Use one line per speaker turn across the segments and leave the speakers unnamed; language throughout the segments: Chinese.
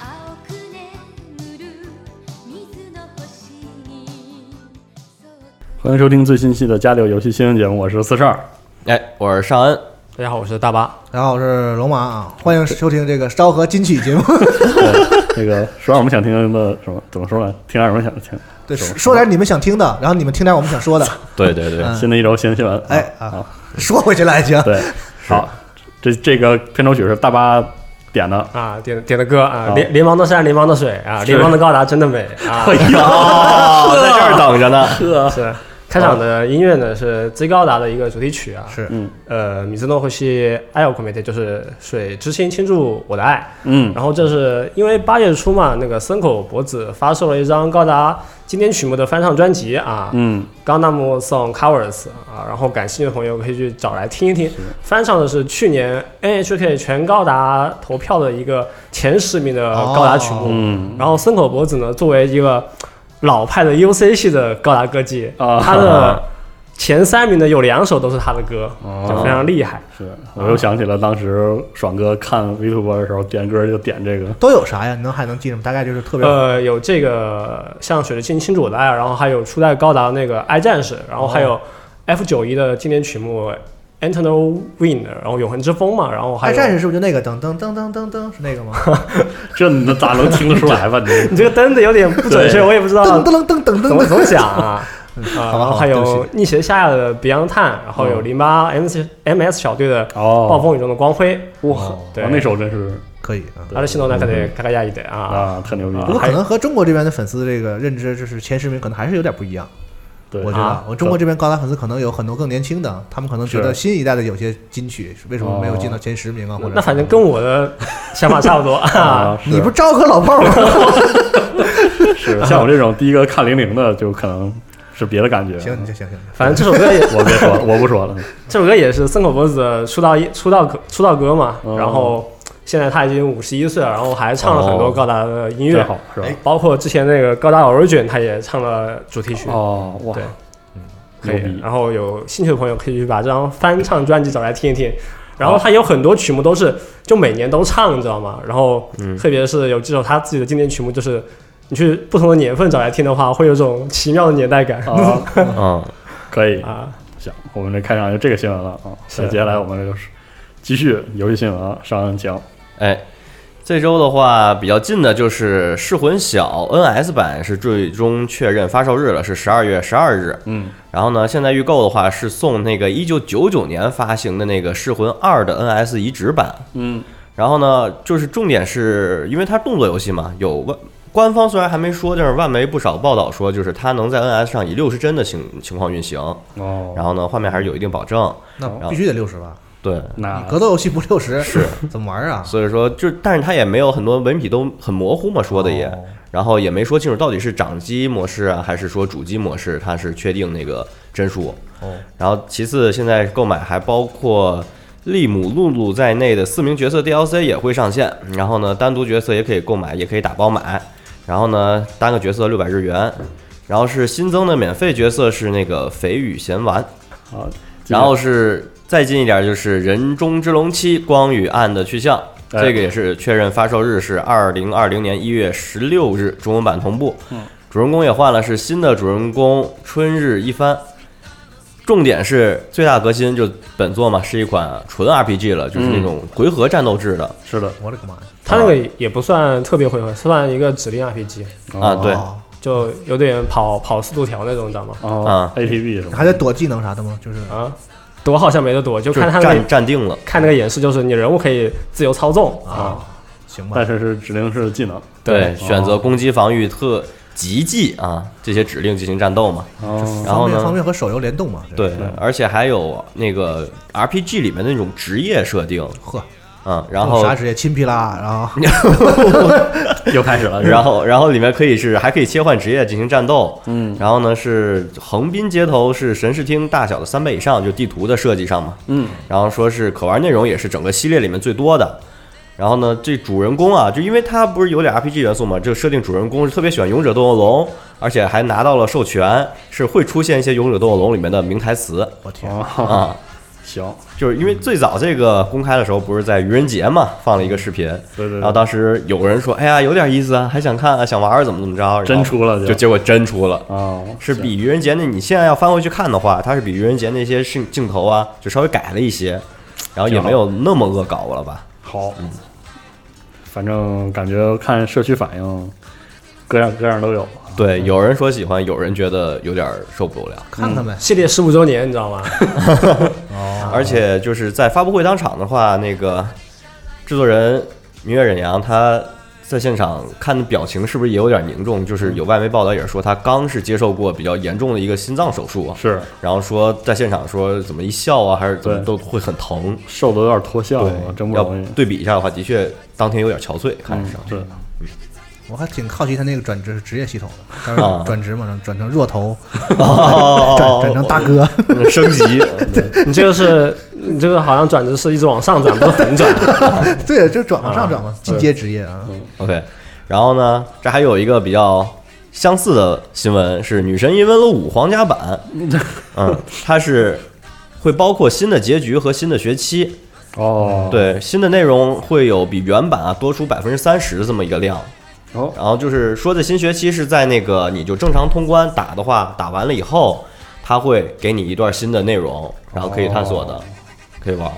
青く眠る水の星に
欢迎收听最新期的《家里有游戏新闻节目》，我是四十二。
哎，我是尚恩，
大家好，我是大巴。
然后我是龙马啊，欢迎收听这个昭和金曲 节目。
那个说让我们想听的什么？怎么说来？听让我们想听。
对，说说点你们想听的，然后你们听点我们想 说的。
对对对，
新的一周新新闻。啊
哎啊，说回去了还行。
对，好，这这个片头曲是大巴点的。
啊，点点的歌啊
好，
联联邦的山，联邦的水啊，
是
联邦的高达真的美 啊！
哦，在这儿等着呢。
是开场的音乐呢是最高达的一个主题曲啊，
是
呃，米兹诺会系爱奥 committee 就是水之心倾注我的爱，
嗯，
然后这是因为八月初嘛，那个森口博子发售了一张高达经典曲目的翻唱专辑啊，
嗯，
《Gangnam Song Covers》啊，然后感兴趣的朋友可以去找来听一听。翻唱的是去年 NHK 全高达投票的一个前十名的高达曲目。
哦
嗯
然后森口博子呢，作为一个老派的 UC 系的高达歌姬，
啊
他的前三名的有两首都是他的歌，
哦
就非常厉害。
是，我又想起了当时爽哥看 VTuber 的时候点歌就点这个。
都有啥呀？你能还能记住吗？大概就是特别
呃，有这个像《水之清清楚我的爱》，然后还有初代高达那个《爱战士》，然后还
哦
有 F 九一的经典曲目《Eternal Wind》，然后《永恒之风》嘛，然后还
爱
有
哎战士是不是就那个噔噔噔噔噔噔是那个 吗？
这你咋能听得出来吧？你
你这个灯的有点不准确，
对
我也不知道
噔噔噔噔
怎么
噔
怎么讲啊。啊，
好吧
然后还
好对
有
不
逆斜下的 Beyond Time，然后有零八 M C M S 小队的《
哦
暴风雨中的光辉》，哇，对
哦，那首真是
可以啊。
阿拉西诺那可得咔咔压一点啊，
啊，特牛逼。
不过可能和中国这边的粉丝这个认知，就是前十名可能还是有点不一样。
对，
我觉得
啊
我中国这边高达粉丝可能有很多更年轻的，他们可能觉得
是
新一代的有些金曲为什么没有进到前十名啊？或者
哦那反正跟我的 想法差不多啊。
啊，是
你不是昭和老炮 儿吗？
是 像我这种第一个看零零的，就可能是别的感觉。
行，你行行行，
反正这首歌也
我别说了，我不说了。
这首歌也是森口博子的出道出道歌出道歌嘛，
哦
然后现在他已经五十一岁了，然后还唱了很多高达的音乐，
真好是吧
哎包括之前那个高达 Origin 他也唱了主题曲，
哦，哇，
对，可
牛
以。啊
逼
然后有兴趣的朋友可以去把这张翻唱专辑找来听一听。然后他有很多曲目都是就每年都唱，你知道吗？然后
嗯
特别是有几首他自己的经典曲目，就是你去不同的年份找来听的话，会有一种奇妙的年代感
啊！
嗯，
可以，
啊。
行，我们这开场就这个新闻了啊。
是
那接下来我们就是继续游戏新闻啊，上恩强
哎，这周的话比较近的就是《噬魂小》NS 版是最终确认发售日了，是十二月十二日。
嗯，
然后呢，现在预购的话是送那个一九九九年发行的那个《噬魂二》的 NS 移植版。
嗯，
然后呢，就是重点是因为它动作游戏嘛，有万官方虽然还没说，但是外媒不少报道说，就是它能在 NS 上以六十帧的情情况运行，
哦，
然后呢，画面还是有一定保证。
那必须得六十吧？
对，
那
格斗游戏不六十是 怎么玩啊？
所以说啊就是，但是它也没有很多文体都很模糊嘛，说的也，然后也没说清楚到底是掌机模式啊，还是说主机模式，它是确定那个帧数。
哦，
然后其次，现在购买还包括利姆、露露在内的四名角色 DLC 也会上线。然后呢，单独角色也可以购买，也可以打包买。然后呢，单个角色六百日元。然后是新增的免费角色是那个肥羽贤丸，
好，今天
然后是再近一点就是《人中之龙七：光与暗的去向》，
哎
这个也是确认发售日是二零二零年一月十六日，中文版同步。
嗯
主人公也换了，是新的主人公春日一番。重点是最大革新，就本作嘛是一款纯 RPG 了，就是
嗯
那种回合战斗制的、
是的
我的个妈呀！
他那个也不算特别回合，算一个指令 RPG，
啊，对
哦
就有点跑跑速度条那种，你知道吗？
哦，ATB 什么
还得躲技能啥的吗？就是
啊，躲好像没得躲，就
就
看
是
他那个
站站定了。
看那个演示，就是你人物可以自由操纵啊，
行吧
但，是是指令式技能，哦
对，选择攻击、防御、特极技啊这些指令进行战斗嘛。
哦，
然后
方
呢
便方便和手游联动嘛。这
对，而且还有那个 RPG 里面的那种职业设定，
呵，
嗯，然
有
后
啥职业？亲皮拉，然后
又开始 了，
然后然后里面可以是还可以切换职业进行战斗，
嗯
然后呢是横滨街头是神视厅大小的三倍以上，就地图的设计上嘛，
嗯，
然后说是可玩内容也是整个系列里面最多的。然后呢，这主人公啊，就因为他不是有点 RPG 元素嘛，这设定主人公是特别喜欢《勇者斗恶龙》，而且还拿到了授权，是会出现一些《勇者斗恶龙》里面的名台词
我天，
哦，
啊、
行，
就是因为最早这个公开的时候，不是在愚人节嘛，放了一个视频，
对对
然后
对，
当时有人说，哎呀，有点意思啊，还想看啊，想玩儿怎么怎么着，然后
真出了就
就结果真出了。
哦，
是比愚人节那，你现在要翻回去看的话，它是比愚人节那些镜镜头啊，就稍微改了一些，然后也没有那么恶搞了吧？
好，反正感觉看社区反应，各样各样都有。
对，有人说喜欢，有人觉得有点儿受不了。
看
啊
看呗。
系列十五周年，你知道吗？
而且就是在发布会当场的话，那个制作人明月忍阳他在现场看的表情是不是也有点凝重？就是有外媒报道也是说他刚是接受过比较严重的一个心脏手术，
是
然后说在现场说怎么一笑啊，还是怎么
对
都会很疼。
瘦的有点脱相了，
对，
真不
要
容易。
对比一下的话，的确当天有点憔悴，看
嗯
着上。
是
我还挺好奇他那个转职是职业系统的，但
啊
是转职嘛，转成弱头，
哦
转转成大哥，
升级，
你这个是，你这个好像转职是一直往上转，不是 横转。啊
哦
对，就转往上转嘛，进阶职业啊。
OK，然后呢，这还有一个比较相似的新闻是《女神异闻录五》皇家版， 嗯，它是会包括新的结局和新的学期，
哦，，
对，新的内容会有比原版啊多出百分之三十这么一个量。
哦
然后就是说的新学期是在那个你就正常通关打的话，打完了以后，它会给你一段新的内容，然后可以探索的，
哦
可以玩。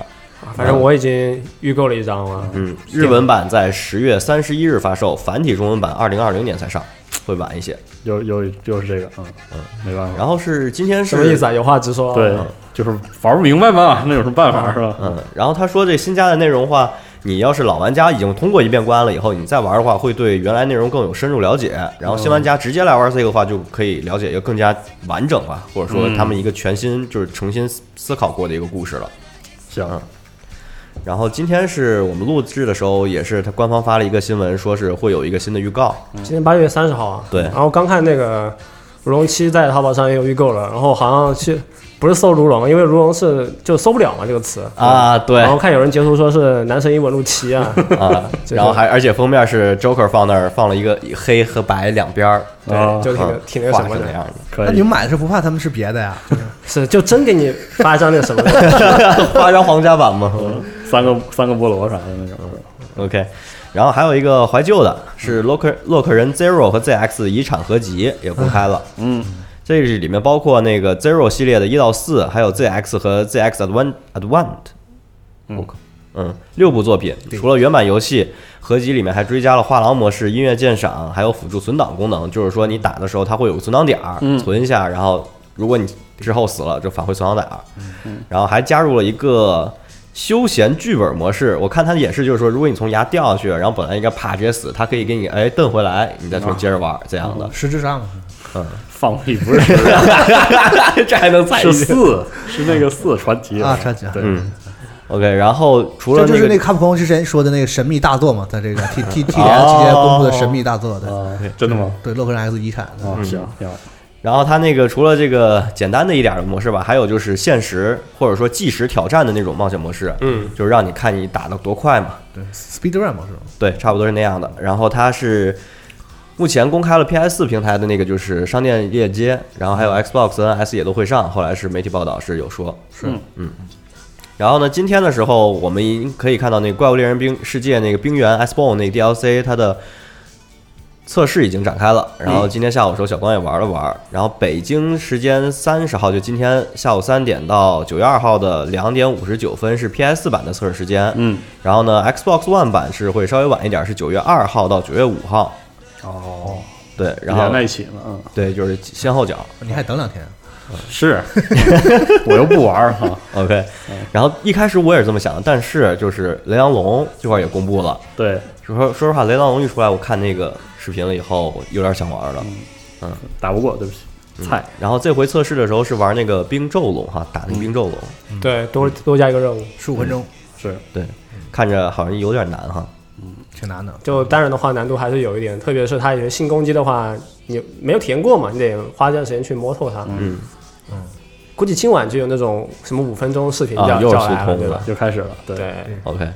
反正我已经预购了一张了。
嗯，日文版在十月三十一日发售，繁体中文版二零二零年才上，会晚一些。
又又又是这个，嗯嗯，没办法。
然后是今天
什么意
是
思啊？有话直说。
对，，就是玩不明白嘛， 那有什么办法是吧？
嗯，然后他说这新加的内容的话，你要是老玩家已经通过一遍关了以后，你再玩的话，会对原来内容更有深入了解。然后新玩家直接来玩这个的话，就可以了解一个更加完整吧，或者说
嗯
他们一个全新就是重新思考过的一个故事了。
行，
然后今天是我们录制的时候，也是他官方发了一个新闻，说是会有一个新的预告。
今天八月三十号啊。
对
然后刚看那个《如龙七》在淘宝上也有预购了，然后好像去不是搜“如龙”，因为“如龙”是就搜不了嘛这个词。
啊，对
然后看有人截图说是《男神异闻录七》 啊，
啊，
就是
然后还而且封面是 Joker 放那儿放了一个黑和白两边儿，
啊
对，就挺
啊
个挺那个什么
画成那，
的
样的，
可
那你
以
们。买的时候不怕他们是别的呀？就是
是就真给你发一张那个什么 的。
画张皇家版吗
嗯
三个三个菠萝啥的那种，
？OK，然后还有一个怀旧的是洛克洛克人 Zero 和 ZX 遗产合集也公开了，
嗯，
这里面包括那个 Zero 系列的一到四，还有 ZX 和 ZX Advan Advant，
嗯
嗯，六部作品，除了原版游戏合集里面还追加了画廊模式、音乐鉴赏，还有辅助存档功能，就是说你打的时候它会有个存档点儿，
嗯
存一下，然后如果你之后死了就返回存档点儿，然后还加入了一个。休闲剧本模式，我看它的演示就是说，如果你从崖掉下去，然后本来应该啪直接死，它可以给你哎蹬回来，你再重新接着玩这样的。
实质上
放屁不是
这还能再
是四，是那个四传奇
啊，传奇啊。
对，
嗯，OK，然后除了
这就是
那
那个 Capcom 之前说的那个神秘大作嘛，在这个 T T T S
哦
期间公布的神秘大作，对
啊，真的吗？
对，洛克人 X 遗产的，
啊，行行，
然后它那个除了这个简单的一点的模式吧，还有就是限时或者说计时挑战的那种冒险模式，
嗯，
就是让你看你打的多快嘛，
对，Speed Run 嘛是吧？
对，差不多是那样的。然后它是目前公开了 PS 四平台的那个就是商店链接，然后还有 Xbox、NS 也都会上。后来是媒体报道是有说，
是
嗯
嗯。然后呢，今天的时候我们可以看到那个《怪物猎人冰世界》那个冰原 S Bone 那个 DLC 它的。测试已经展开了，然后今天下午的时候，小光也玩了玩。然后北京时间三十号，就今天下午三点到九月二号的两点五十九分是 PS 版的测试时间。
嗯，
然后呢，Xbox One 版是会稍微晚一点，是九月二号到九月五号。
哦，
对，然
连
后
在一起呢，嗯，
对，就是先后脚。
你还等两天，啊
是，我又不玩儿哈，
OK，然后一开始我也是这么想的，但是就是雷狼龙这块儿也公布了，
对，
就说说实话，雷狼龙一出来，我看那个视频了以后，我有点想玩了。
打不过，对不起，菜。
然后这回测试的时候是玩那个冰咒龙哈，打那个冰咒龙，
对，多多加一个任务。
十五分钟
是
对，看着好像有点难哈。
挺难的，
就单人的话难度还是有一点，特别是它有些性攻击的话，你没有体验过嘛，你得花这段时间去摸透它。
嗯，
估计今晚就有那种什么五分钟视频
啊
叫
又是
叫来
速
了，
通
对
了
吧？
又开始了，对，
对，
OK，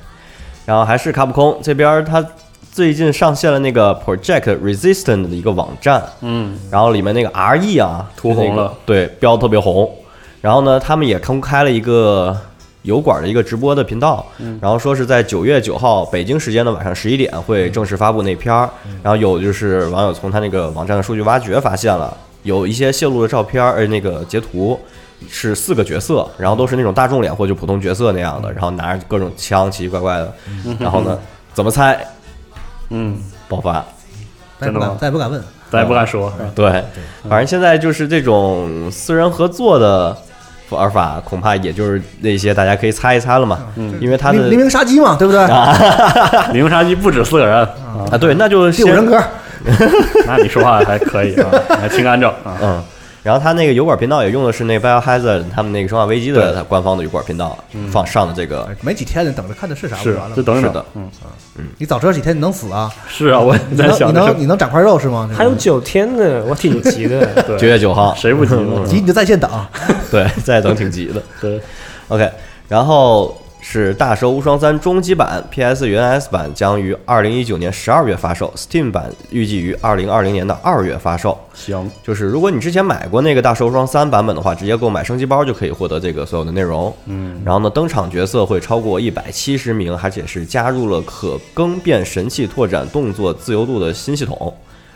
然后还是卡普空这边，它最近上线了那个 Project Resistant 的一个网站，
嗯，
然后里面那个 RE 啊，
涂红了
那个对，标得特别红。然后呢，他们也公开了一个油管的一个直播的频道，
嗯
然后说是在九月九号北京时间的晚上十一点会正式发布那篇儿。
嗯
然后有就是网友从他那个网站的数据挖掘发现了，有一些泄露的照片儿，呃，那个截图。是四个角色，然后都是那种大众脸或者普通角色那
嗯
样的，然后拿着各种枪，奇奇怪怪的。然 后呢，怎么猜？
嗯，
爆发。
咱也
真
不
的
敢
吗
咱也不敢问，
咱也不敢说，
对，反正现在就是这种私人合作的玩法，恐怕也就是那些大家可以猜一猜了嘛。嗯，因为他
黎黎
的
明杀机 嘛，对不对？
啊零杀机不止四个人，
啊，对，那就
第
先
五人格，
那你说话还可以啊，还挺敢整啊。
嗯。然后他那个油管频道也用的是那 Biohazard 他们那个《生化危机》的官方的油管频道放上的这个，
没几天，等着看的是啥不
是
完，了
就
吗？
等
是
着
的
等。嗯，
你早知道几天你能 死啊？
是啊，我也
你
在
能
想
你
着
能你能长块肉是吗？
还有九天呢，我挺急的。
对
九月九号，
谁不急呢？
急你就在 线等，
对，再等挺急的。
对，
OK，然后是《大蛇无双三》终极版 PS 原 S 版将于二零一九年十二月发售，Steam 版预计于二零二零年的二月发售。
行，
就是如果你之前买过那个《大蛇无双三》版本的话，直接购买升级包就可以获得这个所有的内容。嗯，然后呢，登场角色会超过一百七十名，而且是加入了可更变神器拓展动作自由度的新系统。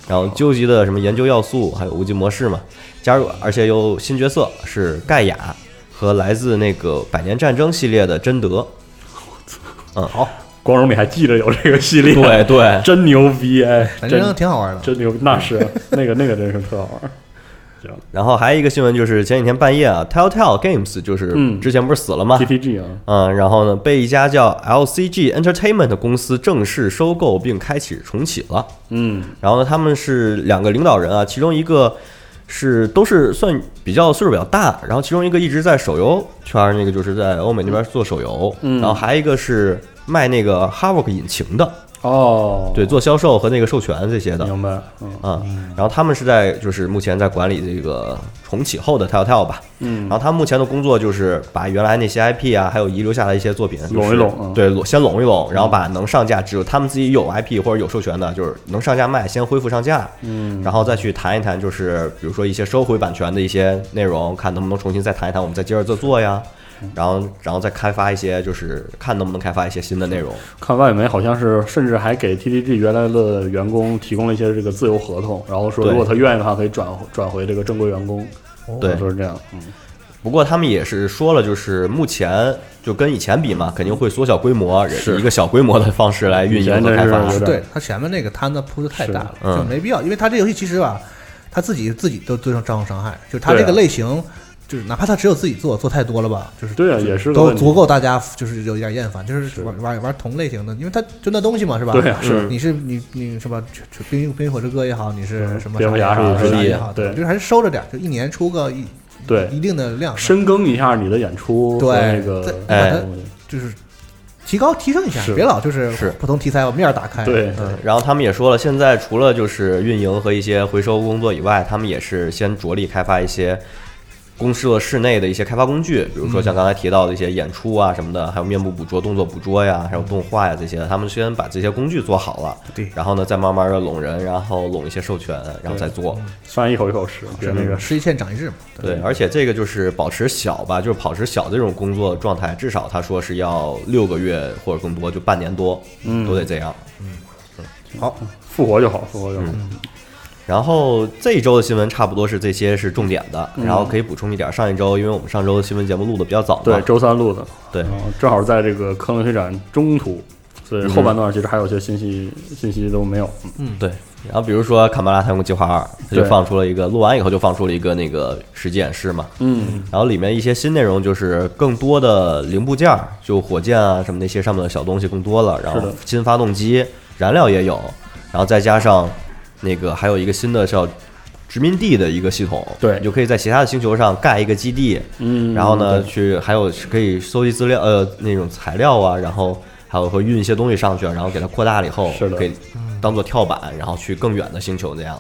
然后究极的什么研究要素，还有无尽模式嘛，加入，而且有新角色是盖亚和来自那个《百年战争》系列的贞德。嗯，好，
光荣里还记着有这个系列，
对，对，
真牛逼哎，
反正
真
挺好玩的。
真牛，那是那个那个真是特好玩。
然后还有一个新闻就是前几天半夜啊，Telltale Games 就是
嗯
之前不是死了吗？
TTG 啊，
嗯，然后呢，被一家叫 LCG Entertainment 的公司正式收购并开启重启了。
嗯，
然后呢，他们是两个领导人啊，其中一个是都是算比较岁数比较大，然后其中一个一直在手游圈儿，那个就是在欧美那边做手游，
嗯
然后还有一个是卖那个 Havok 引擎的，
哦，
对，，做销售和那个授权这些的。
明白，嗯
啊、然后他们是在就是目前在管理这个重启后的 Telltale 吧，
嗯
然后他目前的工作就是把原来那些 IP 啊，还有遗留下来一些作品
拢一
就是
拢嗯
对，拢先拢一拢，然后把能上架只有他们自己有 IP 或者有授权的，就是能上架卖，先恢复上架，
嗯，
然后再去谈一谈，就是比如说一些收回版权的一些内容，看能不能重新再谈一谈，我们再接着再做呀，然后然后再开发一些，就是看能不能开发一些新的内容。
看外媒好像是，甚至还给 TTG 原来的员工提供了一些这个自由合同，然后说
对
如果他愿意的话，可以转转回这个正规员工，
对
就是这样，嗯
不过他们也是说了，就是目前就跟以前比嘛，肯定会缩小规模，
是
一个小规模的方式来运
以
营
前
和
真
开
是
发
有。点
对他前面那个摊子铺的太大了，
是嗯
就没必要，因为他这游戏其实吧，他自己自己都都能造成伤害，就是他
对啊
这个类型，就是哪怕他只有自己做，做太多了吧，就是
对啊，也是个
都
问题
足，够大家就是有点厌烦，就是
是
玩玩玩同类型的，因为他就那东西嘛，是吧？
对啊，是
嗯
你是你你什么《冰冰与火之歌》也好，你是什
嗯
么
蝙蝠侠
啥也好
是
吧
啥也好，
对
就是还是收着点，就一年出个一
对
一定的量，
深耕一下你的演出和
对
那个
再
哎
东西
就是提高提升一下
是，
别老就是
是
普通题材往面儿打开。
对
嗯
然后他们也说了，现在除了就是运营和一些回收工作以外，他们也是先着力开发一些公司的室内的一些开发工具，比如
嗯
说像刚才提到的一些演出啊什么的，还有面部捕捉、动作捕捉呀，还有动画呀这些，他们先把这些工具做好了，
对
然后呢再慢慢的拢人，然后拢一些授权，然后再做。
算一口一口吃，别那个
吃一堑长一智嘛。
对，而且这个就是保持小吧，就是保持小这种工作状态，至少他说是要六个月或者更多，就半年多，
嗯
都得这样。
好，
复活就好，复活就好。
嗯然后这一周的新闻差不多是这些是重点的，
嗯
然后可以补充一点上一周，因为我们上周的新闻节目录的比较早嘛，
对，周三录的，
啊对
然后正好在这个科隆推展中途，所以后半段其实还有些信息信息都没有。嗯
对。然后比如说《卡巴拉太空计划二》，它就
对
放出了一个录完以后就放出了一个那个实际演示嘛，
嗯，
然后里面一些新内容就是更多的零部件儿，就火箭啊什么那些上面的小东西更多了，然后
是的
新发动机、燃料也有，然后再加上那个还有一个新的叫殖民地的一个系统，
对
你就可以在其他的星球上盖一个基地，
嗯
然后呢，去还有是可以搜集资料，呃，那种材料啊，然后还有会运一些东西上去啊，然后给它扩大了以后，
是的
可以当做跳板，然后去更远的星球这样。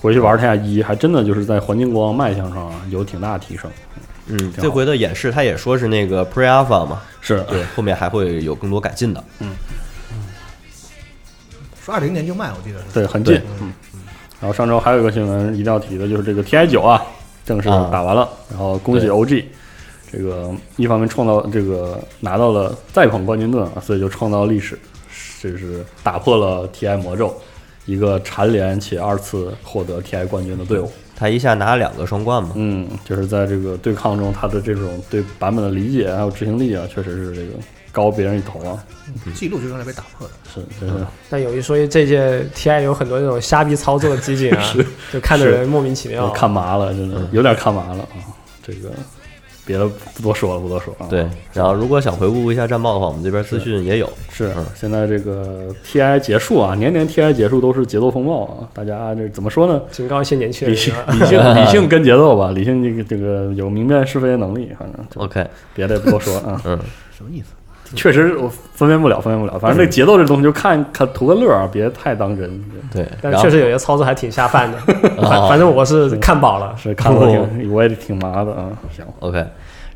回去玩太阳一，还真的就是在环境光迈向上啊有挺大的提升。
嗯，
好
这回的演示它也说是那个 Pre Alpha 嘛，
是
对，后面还会有更多改进的。
说二零年就卖，我记得是。
对，很近
对。
嗯，然后上周还有一个新闻一定要提的，就是这个 TI 九啊，正式
啊
打完了，然后恭喜
对
OG，这个一方面创造这个拿到了再捧冠军盾啊，所以就创造历史，这是打破了 TI 魔咒，一个蝉联且二次获得 TI 冠军的队伍。
他一下拿了两个双冠嘛，
嗯，就是在这个对抗中，他的这种对版本的理解还有执行力啊，确实是这个高别人一头啊，
记录就用来被打破的。
是真是
但有一说一，这届 TI 有很多那种瞎逼操作的集锦啊，就看的人莫名其妙。
我看麻了，真的有点看麻了啊。这个别的不多说了，不多说啊。
嗯
对。然后如果想回顾一下战报的话，我们这边资讯也有。
是
嗯
现在这个 TI 结束啊，年年 TI 结束都是节奏风暴啊。大家这怎么说呢？
警告一些年轻
理
人
性、
啊，
理性、理性跟节奏吧，理性这个这个有明辨是非的能力，反正就
OK，
别的也不多说啊。
嗯，
什么意思？
确实我分辨不了，分辨不了。反正这节奏这东西就看看图个乐啊，别太当真。
对，
但
然后
确实有些操作还挺下饭的。
哦
反反正我是看饱了，
是看 我挺，我也挺麻的啊。行，
OK，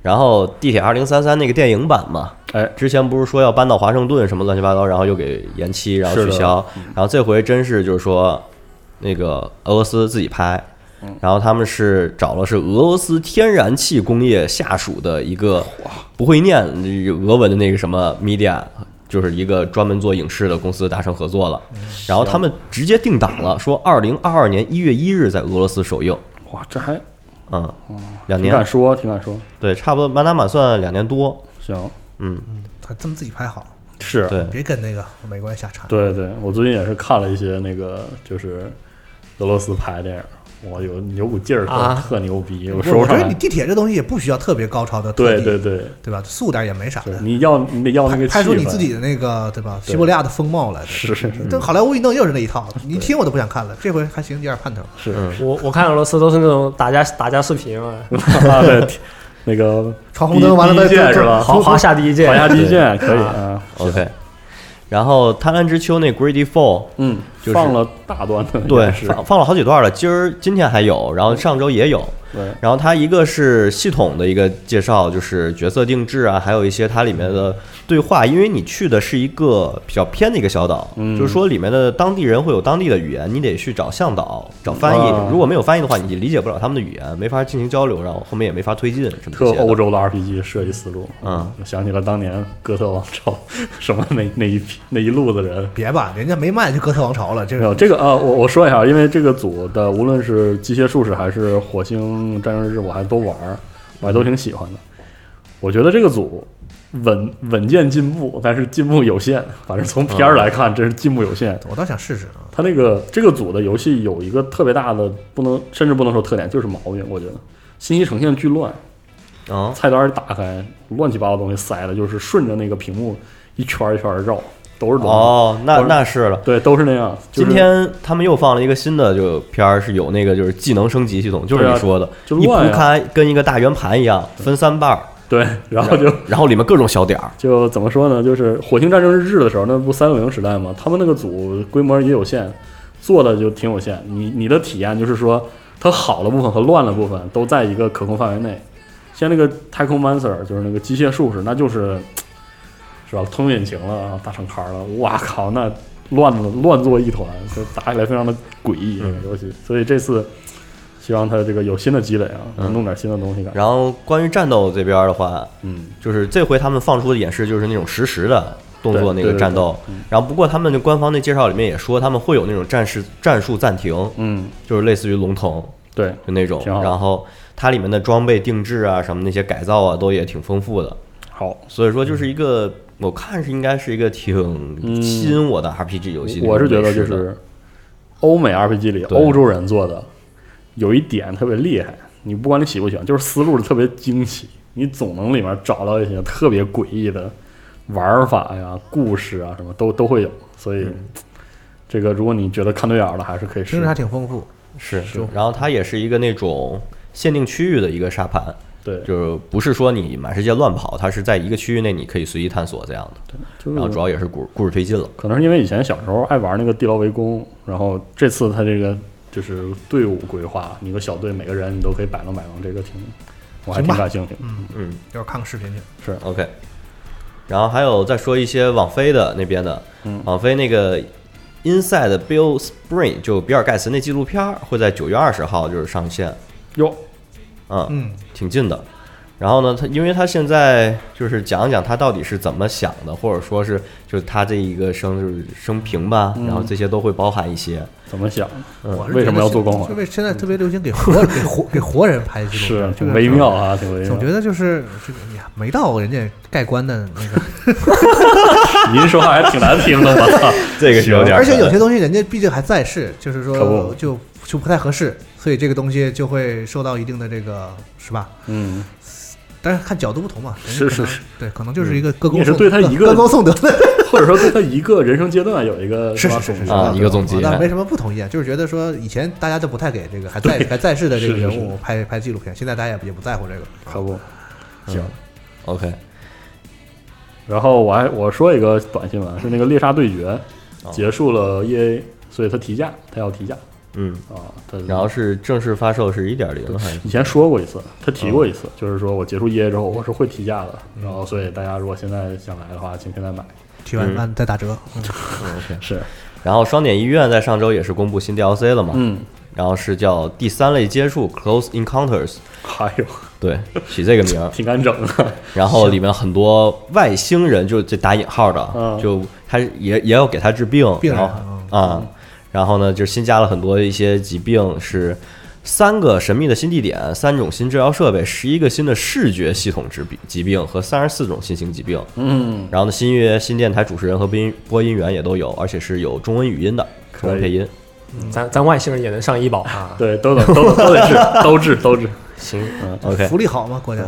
然后地铁二零三三那个电影版嘛，
哎，
之前不是说要搬到华盛顿什么乱七八糟，然后又给延期，然后
是
取
的嗯
消，然后这回真是就是说，那个俄罗斯自己拍，
嗯
然后他们是找了是俄罗斯天然气工业下属的一个不会念俄文的那个什么 media，就是一个专门做影视的公司达成合作了，
嗯
然后他们直接定档了，说二零二二年一月一日在俄罗斯首映，
哇，这还
嗯，两
挺
年
敢说，挺敢说。
对，差不多满打满算两年多。
行，
嗯，
他这么自己拍好，
是
对，
别跟那个美国人瞎掺。
嗯对对，我最近也是看了一些那个就是俄罗斯拍的电影，哇，有牛股劲儿特、
啊
特牛逼，我
我
说不
我
上
觉得你
来。
地铁这东西也不需要特别高超的特
对
技，
对对，
对吧？素点儿也没啥
对
的，
你要你得要那
拍
个
拍出
气
你
氛
自己的那个对吧？
对
西伯利亚的风貌来的。
是是是
这好莱坞一弄又是那一套，你听我都不想看了。这回还行，有点盼头。
是
嗯
我我看俄罗斯都是那种打架打架视频啊，
啊对， 那个
闯红灯完了
第一届
再再
是吧？
华华夏第一届
华，夏第一
对
届可以啊，
OK，然后《贪婪之秋》那 Grady Four，
嗯，
就是
放了大段的
对，
是，嗯
放放了好几段了，今儿今天还有，然后上周也有。
对，
然后它一个是系统的一个介绍，就是角色定制啊，还有一些它里面的对话，因为你去的是一个比较偏的一个小岛，
嗯
就是说里面的当地人会有当地的语言，你得去找向导、找翻译
啊。
如果没有翻译的话，你理解不了他们的语言，没法进行交流，然后后面也没法推进什么这
特
些的
欧洲的 RPG 设计思路，
嗯，
我想起了当年哥特王朝 什么那那一批那一路的人，
别吧，人家没卖就哥特王朝了，这
没有
个
这个啊，我我说一下，因为这个组的无论是机械术士还是火星战争日，我还都玩儿，我还都挺喜欢的。我觉得这个组稳稳健进步，但是进步有限。反正从
嗯
片儿来看，真是进步有限。
我倒想试试啊。
他那个这个组的游戏有一个特别大的不能，甚至不能说特点，就是毛病。我觉得信息呈现巨乱，
嗯，
菜单打开乱七八糟东西塞的，就是顺着那个屏幕一圈儿一圈儿绕，都是东西。
哦，那
我是
那是了。
对，都是那样。就是
今天他们又放了一个新的就片儿，是有那个就是技能升级系统，就是
对啊
你说的，
就
一铺
乱呀
开跟一个大圆盘一样，分三瓣儿，
对，然后就
然后里面各种小点儿。
就怎么说呢？就是《火星战争日志》的时候，那不三六零时代嘛，他们那个组规模也有限，做的就挺有限。你你的体验就是说，它好的部分和乱的部分都在一个可控范围内。像那个太空 Mancer，就是那个机械术士，那就是是吧？通引擎了，啊大敞开了，哇靠，那乱的乱作一团，就打起来非常的诡异这个游戏。所以这次希望它这个有新的积累啊，能弄点新的东西感。
然后关于战斗这边儿的话，
嗯，
就是这回他们放出的演示就是那种实时的动作那
对
个
对对
战斗
对嗯，
然后不过他们的官方那介绍里面也说他们会有那种战士战术暂停，
嗯，
就是类似于龙腾
对，
就那种，
挺好
然后它里面的装备定制啊什么那些改造啊都也挺丰富的，
好。
所以说就是一个我看是应该是一个挺
嗯
吸引我的 RPG 游戏，
我是觉得就
那种类似的
是欧美 RPG 里
对
欧洲人做的有一点特别厉害，你不管你喜不喜欢，就是思路特别精细，你总能里面找到一些特别诡异的玩法呀、故事啊
嗯
什么都都会有，所以。这个，如果你觉得看对眼儿了，还是可以试
听
试
着还。挺丰富，
是，然后它也是一个那种限定区域的一个沙盘，
对，
就是不是说你满世界乱跑，它是在一个区域内你可以随意探索这样的。
就是
然后主要也是故故事推进了，
可能是因为以前小时候爱玩那个地牢围攻，然后这次他这个就是队伍规划，你个小队每个人你都可以摆弄摆弄，这个挺我还挺感兴趣的。
嗯
一会儿看个视频去。
啊
，OK。然后还有再说一些网飞的那边的，
嗯
网飞那个 Inside Bill Spring 就比尔盖茨那纪录片儿会在九月二十号就是上线，
哟，
嗯，
嗯，
挺近的。然后呢，他因为他现在就是讲一讲他到底是怎么想的，或者说是就是他这一个生就是生平吧，
嗯
然后这些都会包含一些。
怎么想？
嗯
我是
为
觉
什么要
得现
做光环嗯
就为现在特别流行给活给活给活人拍纪录
是
片，这
挺
个
微妙啊，挺微妙。
总觉得就是这个呀，没到人家盖棺的那 个，
您说话还挺难听的 吧？
这个是有点儿
而且有
狠
些东西人家毕竟还在世，就是
可
说
不
就就不太合适，所以这个东西就会受到一定的这个是吧？
嗯，
但是看角度不同嘛，人
是
家可能
是，嗯
对，可能就是一个歌功
你也是
颂
对他
歌
一个
歌功颂德的
或者说对他一个人生阶段有一个
是
吧
是是
总
是
结
啊，一个总结
我。倒没什么不同意啊，就是觉得说以前大家都不太给这个还在还在世的这个
是是
人
是嗯
物拍拍纪录片，现在大家也也不在乎这个。
可不
嗯
行。
OK，
然后我还我说一个短新闻，是那个猎杀对决结束了 EA，所以他提价，他要提价
嗯，
啊。他
然后是正式发售是一点零还是？
以前说过一次，他提过一
嗯
次，就是说我结束 EA 之后我是会提价的，然后所以大家如果现在想来的话，请现在买。
提完案再打折，嗯
哦是，
然后双点医院在上周也是公布新 DLC 了嘛？
嗯，
然后是叫第三类接触 （Close Encounters），
还
哎
有
对，起这个 名儿。
挺敢整的，
然后里面很多外星人，就是这打引号的啊
嗯，
就他也也要给他治病，
病人
然后
嗯
啊、然后呢就新加了很多一些疾病，是三个神秘的新地点，三种新治疗设备，十一个新的视觉系统疾病疾病和三十四种新型疾病。
嗯，
然后呢，新约新电台主持人和播音播音员也都有，而且是有中文语音的中文配音。
咱咱外星人也能上医保啊。
对，都得都得都得 治，都治都治，
行
嗯
，OK，
福利好嘛，国家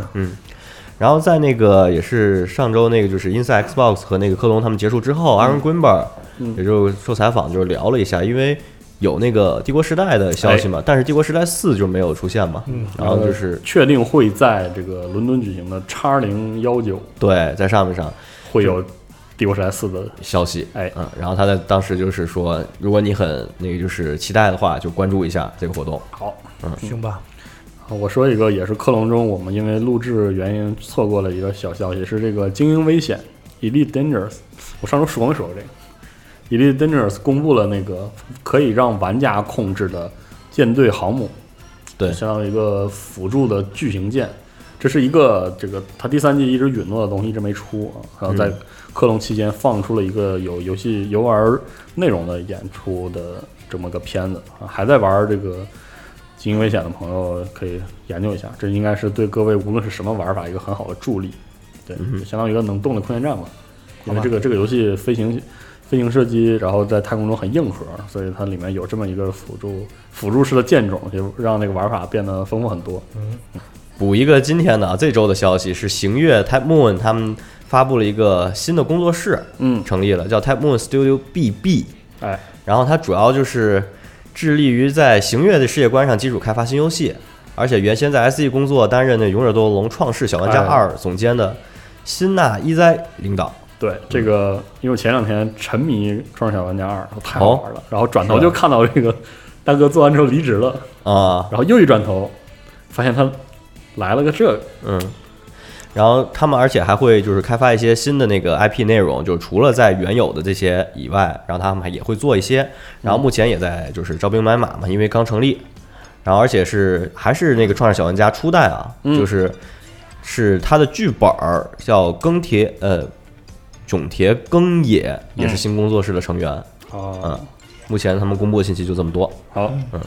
然后在那个也是上周那个就是 Inside Xbox 和那个科隆他们结束之后，Aaron Greenberg 也就是受采访就是聊了一下，因为有那个《帝国时代》的消息嘛，但是《帝国时代四》就没有出现嘛，然后就是
呃确定会在这个伦敦举行的叉零幺九
对在上面上
会有《帝国时代四》的，
消息，
哎
嗯，然后他在当时就是说，如果你很那个就是期待的话，就关注一下这个活动，
好。嗯
行吧？
啊我说一个，也是克隆中，我们因为录制原因错过了一个小消息，是这个《精英危险》（Elite Dangerous）。我上周说没说过这个？《Elite Dangerous》公布了那个可以让玩家控制的舰队航母，
对
相当于一个辅助的巨型舰。这是一个这个它第三季一直允诺的东西，一直没出啊。然后在克隆期间放出了一个有游戏游玩内容的演出的这么个片子啊，还在玩这个经营危险的朋友可以研究一下，这应该是对各位无论是什么玩法一个很好的助力。对，就相当于一个能动的空间站嘛。因为
好吧
这个这个游戏飞行飞行射击，然后在太空中很硬核，所以它里面有这么一个辅助辅助式的舰种，就让那个玩法变得丰富很多。
补一个今天的啊这周的消息是，行月 Type Moon 他们发布了一个新的工作室，
嗯
成立了，叫 Type Moon Studio BB。
哎，
然后它主要就是致力于在行月的世界观上基础开发新游戏，而且原先在 SE 工作担任那《勇者斗恶龙：创世小玩家
哎
二》总监的辛纳伊哉领导。
对这个，因为我前两天沉迷《创世小玩家二》，太好玩了，然后转头就看到这个大哥做完之后离职了，
啊，
然后又一转头，发现他来了个这个，
嗯，然后他们而且还会就是开发一些新的那个 IP 内容，就是除了在原有的这些以外，然后他们还也会做一些，然后目前也在就是招兵买马嘛，因为刚成立，然后而且是还是那个创世小玩家初代啊，
嗯
就是是他的剧本儿叫庚铁呃囧铁庚野，也是新工作室的成员，
啊
嗯，目前他们公布的信息就这么多，
好，嗯，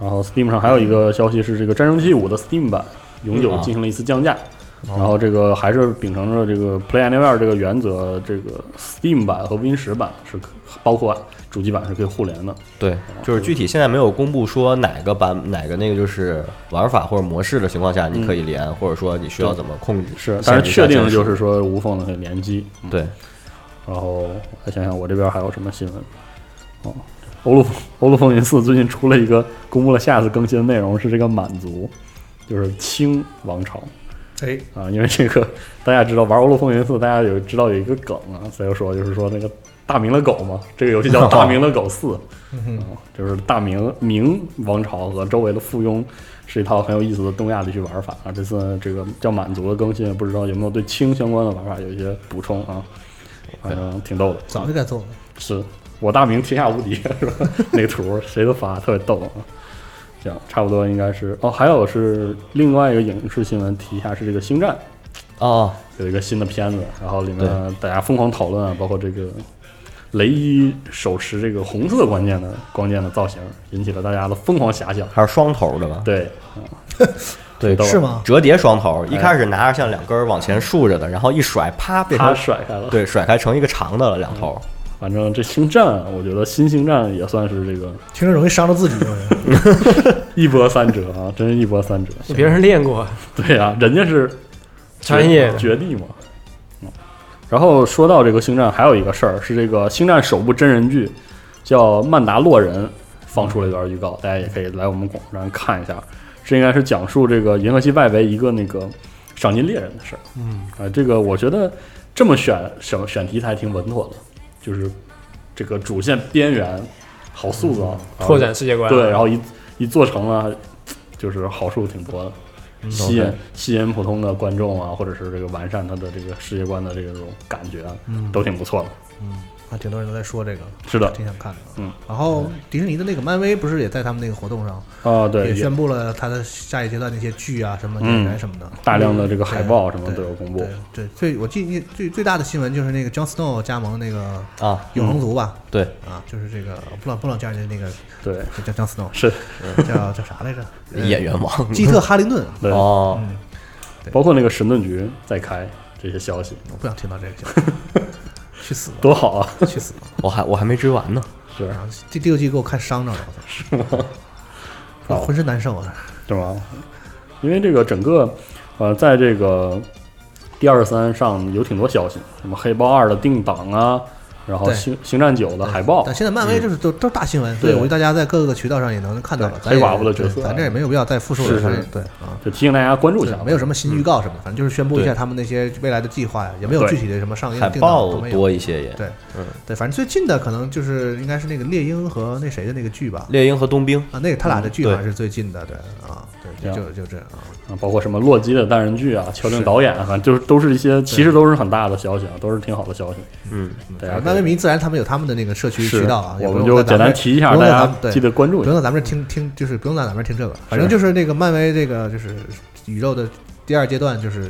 然后 Steam 上还有一个消息是，这个《战争器五》的 Steam 版永久进行了一次降价，然后这个还是秉承着这个 Play Anywhere 这个原则，这个 Steam 版和 Win 十版是可包括主机版是可以互联的。
对，就是具体现在没有公布说哪个版哪个那个就是玩法或者模式的情况下，你可以连，或者说你需要怎么控制。
是，
限
但是
制一下
确定的
帧数
就是说无缝的可以联机。
对，
然后我再想想我这边还有什么新闻。哦，欧陆欧陆风云四最近出了一个，公布了下次更新的内容是这个满族，就是清王朝
哎，
啊，因为这个大家知道玩欧陆风云四，大家有知道有一个梗啊，所以说就是说那个大明的狗嘛，这个游戏叫大明的狗四，啊，就是大明明王朝和周围的附庸是一套很有意思的东亚地区玩法啊。这次这个叫满族的更新，不知道有没有对清相关的玩法有一些补充啊，反正挺逗的。
早就该做了。
是我大明天下无敌，是吧？那个图谁都发，特别逗啊。这样差不多应该是哦，还有是另外一个影视新闻提一下，是这个《星战》
哦，
有一个新的片子，然后里面
对
大家疯狂讨论啊，包括这个雷伊手持这个红色关键的光剑的造型，引起了大家的疯狂遐想。
还是双头的吧？
对，
对
逗
是吗？
折叠双头，一开始拿着像两根儿往前竖着的，然后一甩，啪变
他
成
甩开了。
对甩开成一个长的了，两头。
反正这《星战》，我觉得新《星战》也算是这个
听着容易伤着自己，嗯
一波三折啊，真是一波三折。
别人练过
对呀、人家是
专业的，
绝地嘛。嗯，然后说到这个星战，还有一个事儿是这个星战首部真人剧叫《曼达洛人》，放出了一段预告，大家也可以来我们广播站看一下。这应该是讲述这个银河系外围一个那个赏金猎人的事儿。嗯，啊、这个我觉得这么选选选题材挺稳妥的，就是这个主线边缘好啊塑造，然后
嗯拓展世界观。
对，然后一一做成了，就是好处挺多
嗯
的，吸引吸引普通的观众啊，或者是这个完善他的这个世界观的这种感觉啊，
嗯
都挺不错的。
啊，挺多人都在说这个，
是的，
挺想看的。
嗯，
然后迪士尼的那个漫威不是也在他们那个活动上
啊，
也
对，也
宣布了他的下一阶段那些剧啊什么
嗯
演员什么的，
大量的这个海报什么
对
都有公布
对。对，最我记忆最最大的新闻就是那个 Jon Snow 加盟那个
啊，
嗯
永恒族吧，
对，
啊，就是这个布朗布朗家人的那个
对，
叫叫 Jon Snow，嗯
是
叫叫啥来 着？呃
演员王
基特哈林顿，
对，
哦，
对
包括那个神盾局在开这些消息，
我不想听到这个消息，去死吧，
多好啊！
去死吧！
我还我还没追完呢。
是
啊，第第六季给我看伤着了，我操，我
好
浑身难受啊！
是吗？因为这个整个，呃，在这个 D 二三上有挺多消息，什么黑豹二的定档啊，然后
对
星星战九的海报，嗯
但现在漫威就是都都是大新闻，所以
对
我觉得大家在各个渠道上也能看到了。
对
咱也
黑寡妇的角色
对咱这也没有必要再复述
是
了。
是
反正对啊，
就提醒大家关注一下
对
吧。
没有什么新预告什么的，反正就是宣布一下
对
他们那些未来的计划呀，也没有
对
具体的什么上映
海
嗯定档
报
都没有。
多一些也。
对
嗯，
对，反正最近的可能就是应该是那个猎鹰和那谁的那个剧吧。
猎鹰和冬兵，
啊，那个他俩的
嗯
剧好
对
像是最近的，对啊，对，
这样
就就这啊，
啊，包括什么洛基的单人剧啊，乔振导演啊，反正就是都是一些，其实都是很大的消息啊，都是挺好的消息。
嗯，
大
反
家可以
正漫威迷自然他们有他们的那个社区
是
渠道啊，也
我
不
们
用
就
在
简
咱
单
们
提一下，
不
大
用在咱
家
们对
记得关注
不
一下
用。在咱们这听听，就是不用在咱们这听这个，反正就是这个漫威这个就是宇宙的第二阶段，就是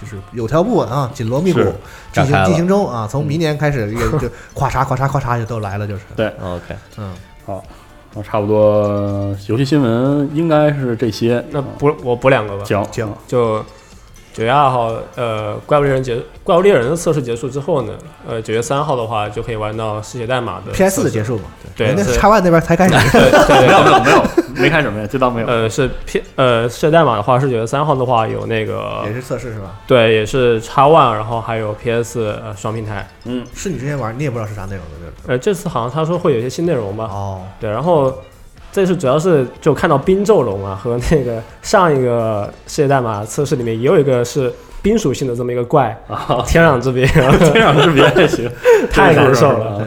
就是有条不紊啊，紧锣密鼓
是
进
展开
行
了
进行中啊，从明年开始也就 咵嚓咵嚓咵嚓就都来了，就是
对
OK，
嗯，
好，那啊差不多游戏新闻应该是这些。嗯
那补我补两个吧。
行
行，
就九月二号，呃，怪物猎人结怪物猎人的测试结束之后呢，呃，九月三号的话就可以玩到《世界代码》的
P S
测
的
试
结束嘛，
对
人家
是
叉 One 哎那边才开始，
对对对
没有没有没有，没看什么呀，这倒没有。
呃，是 P 呃，世界代码的话是九月三号的话有那个
也是测试是吧？
对，也是 X One，然后还有 PS 呃双平台。
嗯，
是你之前玩，你也不知道是啥内容的，就是
呃，这次好像他说会有一些新内容吧？
哦，
对，然后这次主要是就看到冰咒龙啊，和那个上一个世界代码测试里面也有一个是冰属性的这么一个怪，天壤之 别。
这样是别也行，
太
这个
难
事
受
儿
了
啊。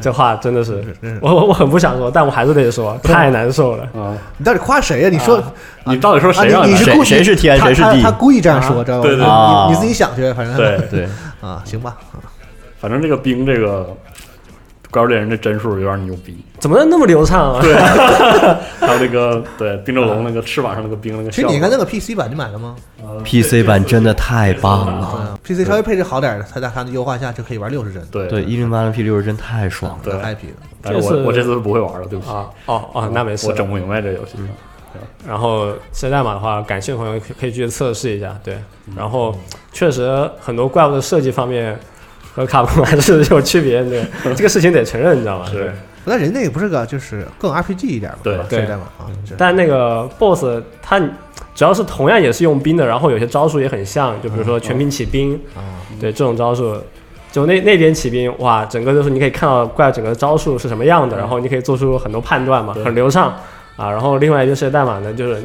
这话真的是
真是真是，
我我我很不想说，但我还是得说，太难受了。
啊，
你到底夸谁呀？你说
你到底说谁
啊
让
你
的
是
谁
故意
谁是天
他
谁是
他
地
他故意这样说，知道吧？
对对
对
你你自己想去，反正
对
对，
啊，行吧，啊
反正这个兵这个怪物猎人的帧数有点牛逼，
怎么能那么流畅啊？
还有那个对冰咒龙那个翅膀上那个冰那个
其
效
实
果。
你应该弄个 PC 版，你买了吗？
PC 版真的太棒了，
嗯 PC 稍微配置好点儿的，它在它的优化下就可以玩六十帧，
对
对，一零八零 P 六十帧太爽了。
对
很 happy 的。
但是
这
我
次
我这次是不会玩了，对不起。
啊，哦哦，那没事嗯
我。整不明白这游戏。
然后世界代码的话，感兴趣的朋友可可以去测试一下，对。然后确实很多怪物的设计方面和卡普空还是有区别的，这个事情得承认，你知道吧？
对，
但人家也不是个就是更 RPG 一点嘛，
对
是吧
对
世界嘛啊，是
但那个 BOSS 他只要是同样也是用冰的，然后有些招数也很像，就比如说全屏起冰，
啊，
对这种招数，就那那边骑兵，哇，整个就是你可以看到怪整个招数是什么样的，然后你可以做出很多判断嘛，
对
很流畅啊。然后另外一边世界代码呢，就是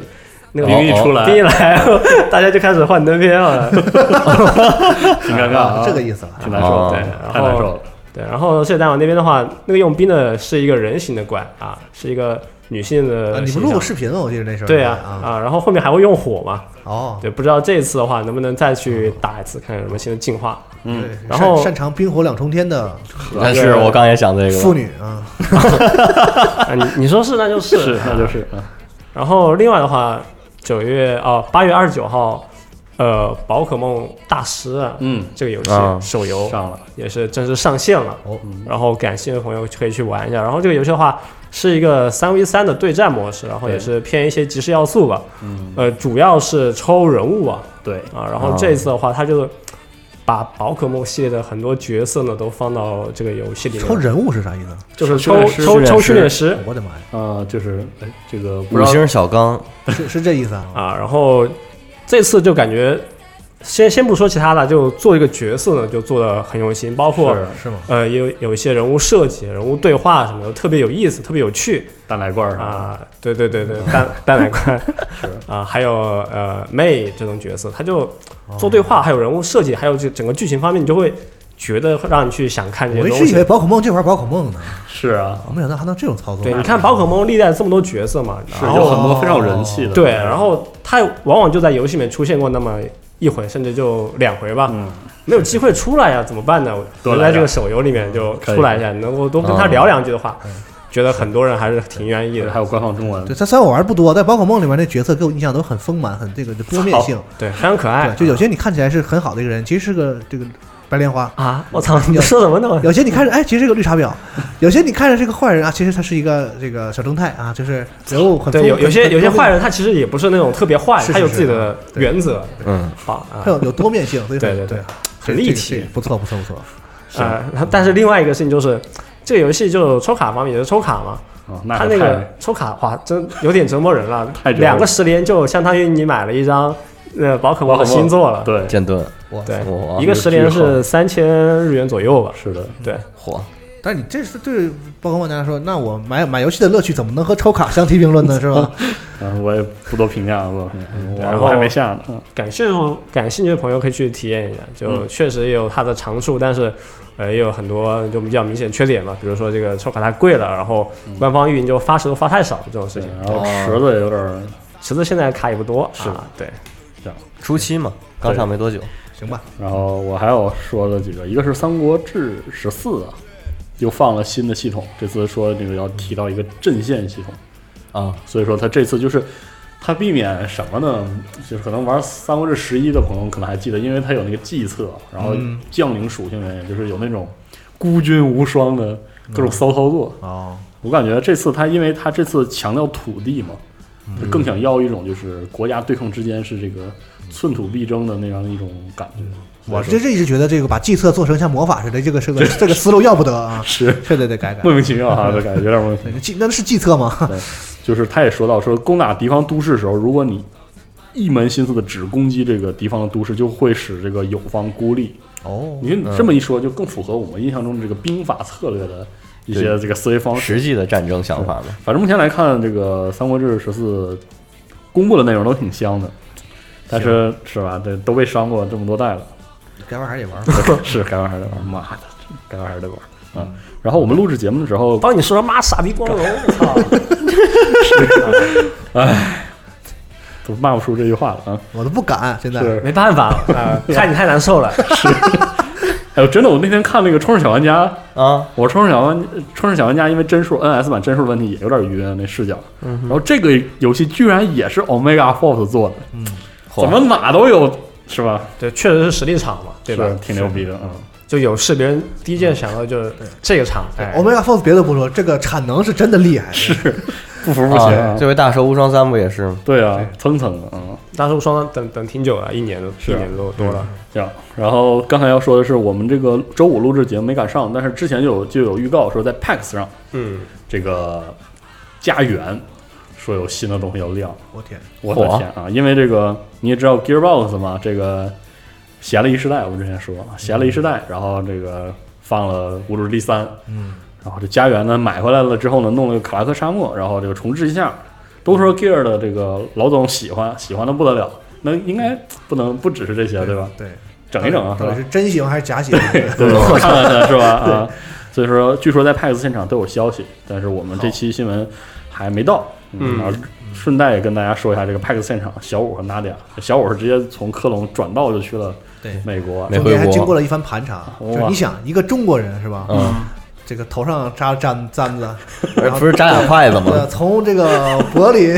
那个
兵
哦
一出来
兵一来， 大家就开始换灯片了。
挺尴尬
啊
啊，
这个意思了。
挺难受的，
哦
对，
太
然
难
后
受了。
对，然后世界代码那边的话，那个用兵的是一个人形的怪啊，是一个女性的、
啊你不录过？视频吗？我记得那时候。
对啊
啊，
啊，然后后面还会用火嘛？
哦，
对，不知道这次的话能不能再去打一次，看有什么新的进化。
对
嗯，
然
擅
后
擅长冰火两重天的
但是我刚也想这
妇
个，
女啊，
啊，你你说是那就是
是，那就是啊
然后另外的话，九月哦，八月二十九号，呃，宝可梦大师啊，
嗯，
这个游戏、
啊
手游
上嗯了，
也是正式上线了。
哦
然后感兴趣的朋友可以去玩一下。然后这个游戏的话是一个三 v 三的对战模式，然后也是偏一些即时要素吧。
嗯，
呃，主要是抽人物啊
对，
啊。然后
哦
这一次的话，它就把宝可梦系列的很多角色呢都放到这个游戏里面，
抽人物是啥意思？
就是
训
抽
练师
抽抽
训
训
练
练师
我的妈呀，
啊，就是哎这个不
五
知道
星小刚，
是是这意思啊？
啊。然后这次就感觉先先不说其他的，就做一个角色呢就做的很用心，包括
是
是吗？
呃有有一些人物设计、人物对话什么的特别有意思，特别有趣。
大奶罐儿，
啊，对对对对，蛋蛋奶怪啊，还有呃妹这种角色，他就做对话，还有人物设计，还有这整个剧情方面，你就会觉得会让你去想看这
我
些
一
东
直以
西
为。宝可梦就玩宝可梦呢，
是啊，
我没想到还能这种操作。
对，你看宝可梦历代这么多角色嘛，
是
然
有
后
很多非常有人气的，
对，然后他往往就在游戏里面出现过那么一回，甚至就两回吧，
嗯，
没有机会出来呀，怎么办呢？
多
我
来
在这
点
个手游里面就
可以
出来一下，能够多跟他聊两句的话，觉得很多人还是挺愿意的
还。有官方中文，
对，它虽然我玩不多，但宝可梦里面那角色给我印象都很丰满，很这 个就多面性。
对，非常可爱
对，就有些你看起来是很好的一个人，其实是个这个白莲花；
啊！我操，你说什么呢？
有些你看着哎，其实是个绿茶婊；有些你看着是个坏人啊，其实他是一个这个小正太啊，就是人物 很
对，
丰
有有些
很
有些
很多
坏人他其实也不是那种特别坏，
是是啊
他有自己
是
的原则
嗯，
好啊
很。有有多面性，所以很
对对对
对，
很
这
立
这个
体
这个不错不错不错。
呃，然后但是另外一个事情就是，这个游戏就抽卡方面也是抽卡嘛，
啊，那
他
可
那
太
个抽卡哇，真有点折磨人 了
太，折磨
两个十连就相当于你买了一张呃宝可梦的星座了。
对，
剑盾，
哇，
对
哇，
一个十连
这个巨
是三千日元左右吧？
是的，
对，
火，
但是你这是对宝可梦玩家来说，那我买买游戏的乐趣怎么能和抽卡相提并论 呢？是吧？
嗯，我也不多评价，我
然
我
后
我还没下呢，嗯
感兴趣感兴趣的朋友可以去体验一下，
嗯
就确实也有它的长处，但是呃也有很多就比较明显的缺点嘛，比如说这个抽卡太贵了，然后官方运营就发池都发太少这种事
对啊
情。，
然后
哦
池子也有点儿
池子现在卡也不多，是啊，对，
初期嘛，刚上没多久，
行吧，
然后我还有说了几个，一个是《三国志十四》啊，又放了新的系统，这次说这个要提到一个阵线系统，
啊，
所以说它这次就是它避免什么呢？就是可能玩《三国志十一》的朋友可能还记得，因为它有那个计策，然后
嗯
将领属性原因，就是有那种孤军无双的各种骚操作。
哦，
我感觉这次它因为它这次强调土地嘛，
嗯
就更想要一种就是国家对抗之间是这个寸土必争的那样一种感觉。
我这这一直觉得这个把计策做成像魔法似的，这个 是个这个思路要不得 啊，
是
这得得改 改。
莫名其妙哈，就感觉有点莫名其
那
妙
个。计那是计策 吗？
就是他也说到说，攻打敌方都市的时候，如果你一门心思的只攻击这个敌方的都市，就会使这个友方孤立。
哦
你说你这么一说，就更符合我们印象中这个兵法策略的一些
对
这个思维
哦
方式。
实际的战争想法嘛，
反正目前来看，这个《三国志十四》公布的内容都挺香的，但是是吧？这都被伤过这么多代了，
该玩啥也玩吧。
是该玩还是得玩，妈的，该玩还是得玩啊！然后我们录制节目的时候，
帮你说妈傻逼光荣，我操！
都骂不出这句话了啊！
我都不敢现 在。
是
没办法 啊，看你太难受了。
哎呦，真的，我那天看那个《冲绳小玩家》。
啊，
我冲绳小玩冲绳小玩家，因为帧数 NS 版帧数的问题也有点晕那视角。然后这个游戏居然也是 Omega Force 做的，
火
怎么哪都有是吧？
对，确实是实力场嘛，对吧
是？挺牛逼的，嗯。
就有事，别人第一件想到就是这个场，哎，
Omega Force 别的不说，这个产能是真的厉害。是，
不服不行
啊，这回大蛇无双三不也是吗？
对啊，蹭蹭的，嗯，
大树双等等挺久了，一年都
是
一
啊
年多多了。
行。然后刚才要说的是，我们这个周五录制节目没赶上，但是之前就有就有预告说在 PAX 上
嗯，
这个家园说有新的东西要亮，
我天，
我的天啊！因为这个你也知道 Gearbox 嘛，这个闲了一世代，我们之前说了，闲了一世代，然后这个放了《无主之地三》，
嗯，
然后这家园呢买回来了之后呢，弄了个卡拉克沙漠，然后这个重置一下，都说 Gear 的这个老总喜欢，喜欢的不得了，那应该不能不只是这些对吧？
对，
整一整啊，是
到底
吧？
是真喜欢还是假喜欢？
对，我看看他是吧？啊，所以说据说在 PAX 现场都有消息，但是我们这期新闻还没到。
嗯
然后顺带也跟大家说一下这个 PAX 现场，小五和 Nadia，小五是直接从科隆转道就去了
对
美国，
美
中间还
回国
经过了一番盘查，就是
哇
你想一个中国人是吧？
嗯，
这个头上扎簪簪子，然后
不是扎俩筷子
呃，
吗？
从这个 柏林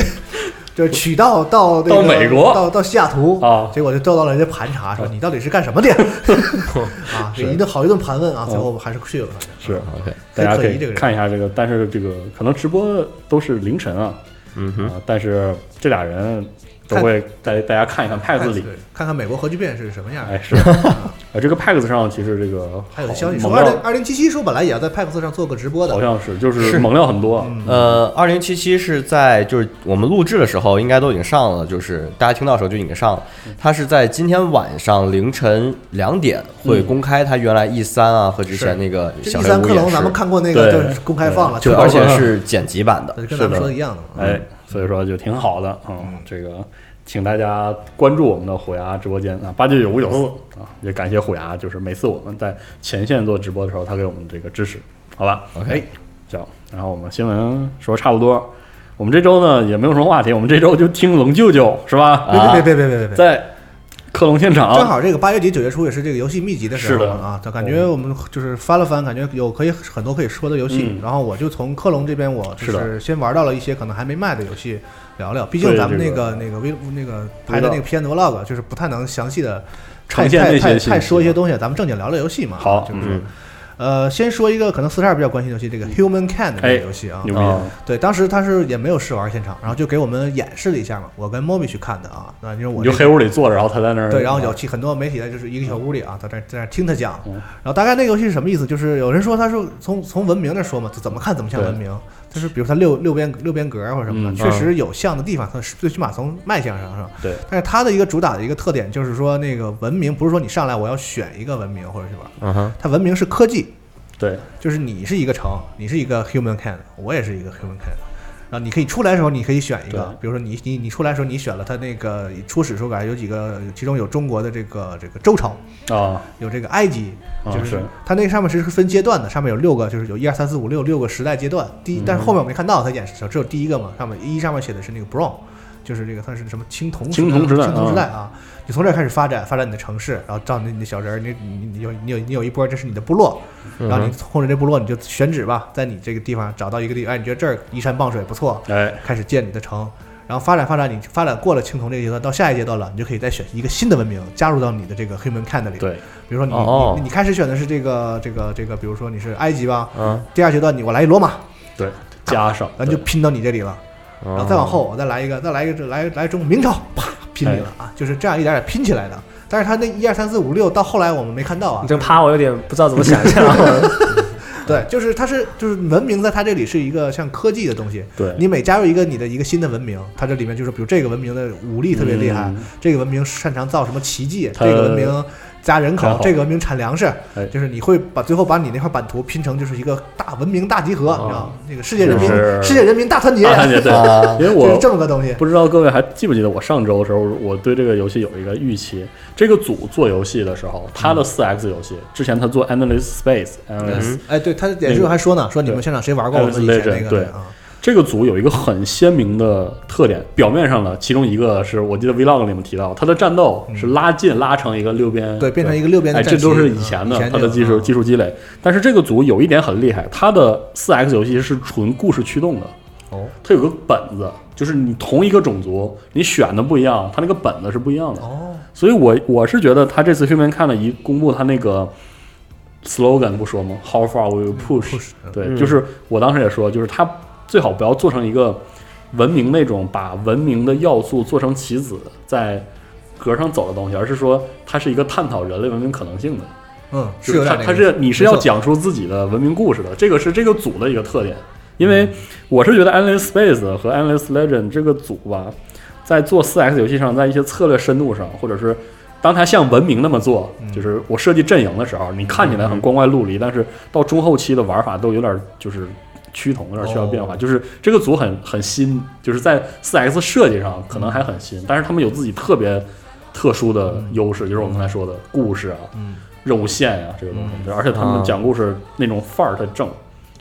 就是取道到这个
到美国
到到西雅图
哦
啊
结果就受到了人家盘查，说你到底是干什么的呀？
哦
啊，这一顿好一顿盘问啊，最后还是去了，反正
是
OK，
大家可
很可疑
以
这个人
看一下这个，但是这个可能直播都是凌晨啊，
嗯哼，
啊，但是这俩人都会带大家看一看 PAX 里，
哎对看看美国核聚变是什么样
哎
的。
是， 啊这个 PAX 上其实这个
还有消息
好
说，
猛
二零
料
二零七七说本来也要在 PAX 上做个直播
好
的，
像是就是
是
猛料很多，啊
嗯
呃，二零七七是在就是我们录制的时候，应该都已经上了，就是大家听到的时候就已经上了。
嗯
它是在今天晚上凌晨两点会公开它原来 E 三啊和之前那个
就
小
一
黑
E 三
屋
克隆
也
咱们
是，
看过那个，
对
就是公开放了，
对，
就
而且是剪辑版的。
跟咱
是的
们说的一样的嘛。
哎，所以说就挺好的嗯，这个请大家关注我们的虎牙直播间啊，八九九五九四啊，也感谢虎牙，就是每次我们在前线做直播的时候，他给我们这个支持，好吧？
OK，
行，然后我们新闻说差不多，我们这周呢也没有什么话题，我们这周就听龙舅舅是吧？
啊
别别别别别别别，
在克隆现场，
正好这个八月底九月初也是这个游戏密集的时候
是的
啊，就感觉我们就是翻了翻，感觉有可以很多可以说的游戏。
嗯
然后我就从克隆这边，我就是是
的
先玩到了一些可能还没卖的游戏，聊聊。毕竟
对
咱们
这
那
个
个那个微那个拍的那个片子 vlog，就是不太能详细的
呈现
太
那些
太
信息
太说一些东西，咱们正经聊聊游戏嘛。
好嗯
就是说呃，先说一个可能四十二比较关心的游戏，这个 Human Can 的这
哎
个游戏啊，
牛逼，
啊
对，当时他是也没有试玩现场，然后就给我们演示了一下嘛。我跟 Moby 去看的啊，那因为我
你就
这个
黑屋里坐着，然后他在那儿
对，然后有其很多媒体呢，就是一个小屋里啊，在这在这听他讲。
啊嗯
然后大概那个游戏是什么意思？就是有人说他说从从文明那说嘛，怎么看怎么像文明。就是比如它六六边六边格或者什么的，
嗯
确实有像的地方，它是最起码从卖相上上。
对。
但是它的一个主打的一个特点就是说，那个文明不是说你上来我要选一个文明或者是吧，
嗯哼，
它文明是科技，
对
就是你是一个城，你是一个 human can，我也是一个 human can。然后你可以出来的时候，你可以选一个
对，
比如说你你你出来的时候，你选了他那个初始时候感觉有几个，其中有中国的这个这个周朝，
啊，
有这个埃及，
啊
就是
是
它那个上面是分阶段的，上面有六个，就是有一二三四五六六个时代阶段。第
嗯
一，但是后面我没看到它演示，只有第一个嘛，上面一上面写的是那个 bronze，就是这个算是什么青铜
青铜时代
青铜时
啊
代啊。你从这儿开始发展，发展你的城市，然后到你的小人儿，你你你有你有你有一波，这是你的部落，
嗯
然后你控制这部落，你就选址吧，在你这个地方找到一个地方，哎，你觉得这儿依山傍水不错，
哎，
开始建你的城，然后发展发展，你发展过了青铜这个阶段，到下一阶段了，你就可以再选一个新的文明加入到你的这个 human can 里。，
对，
比如说你、
哦
你你开始选的是这个这个这个，比如说你是埃及吧，
嗯，
第二阶段你我来一罗马，
对，加上
啊咱就
对
拼到你这里了，
哦
然后再往后我再来一个，再来一个这来来中国明朝，啪拼你了啊，就是这样一点点拼起来的。但是他那一二三四五六到后来我们没看到啊
你，这个趴我有点不知道怎么想 象。
对，就是它是就是文明在它这里是一个像科技的东西，
对
你每加入一个你的一个新的文明，它这里面就是比如这个文明的武力特别厉害，
嗯
这个文明擅长造什么奇迹，
它
这个文明加人
还
口
好，
这个文明产粮食，
哎
就是你会把最后把你那块版图拼成就是一个大文明大集合，你知道吗？那个世界人
啊
民
就是
世界人民大团结，
大团结，对，
啊
因为
就
我
是这么个东西。
不知道各位还记不记得我上周的时候，我对这个游戏有一个预期。这个组做游戏的时候，他的四 X 游戏之前他做 Endless Space，Endless
哎，对他
那
也
个
是还说呢，说你们
对
现场谁玩过我们以
Endless
前那
嗯
个
Legend，对
啊，
这个组有一个很鲜明的特点，表面上呢，其中一个是我记得 vlog 里面提到，它的战斗是拉近拉成一个六边，
对，变成一个六边的
哎，
战
这
旗，
都是以
嗯
前的
以前
它的
那个
技术
嗯
技术积累。但是这个组有一点很厉害，它的四 X 游戏是纯故事驱动的，
哦
它有个本子，就是你同一个种族，你选的不一样，它那个本子是不一样的。
哦，
所以我我是觉得他这次 Human 看了一公布他那个 slogan 不说吗？How far will you push？、
push，嗯
对，
嗯
就是我当时也说，就是他最好不要做成一个文明那种把文明的要素做成棋子在格上走的东西，而是说它是一个探讨人类文明可能性的。
嗯，
就是
有
它
点
它
那个意思
是你是
没
要
错
讲述自己的文明故事的，这个是这个组的一个特点。因
嗯
为我是觉得 Endless Space 和 Endless Legend 这个组吧，在做 4X 游戏上，在一些策略深度上，或者是当他像文明那么做，
嗯
就是我设计阵营的时候，你看起来很光怪陆离，但是到中后期的玩法都有点就是趋同，有点需要变化。
哦
就是这个组很很新，就是在四 X 设计上可能还很新，但是他们有自己特别特殊的优势，就是我们刚才说的故事啊、
嗯
任务线呀、这个东西，对而且他
啊
们讲故事那种范儿特正。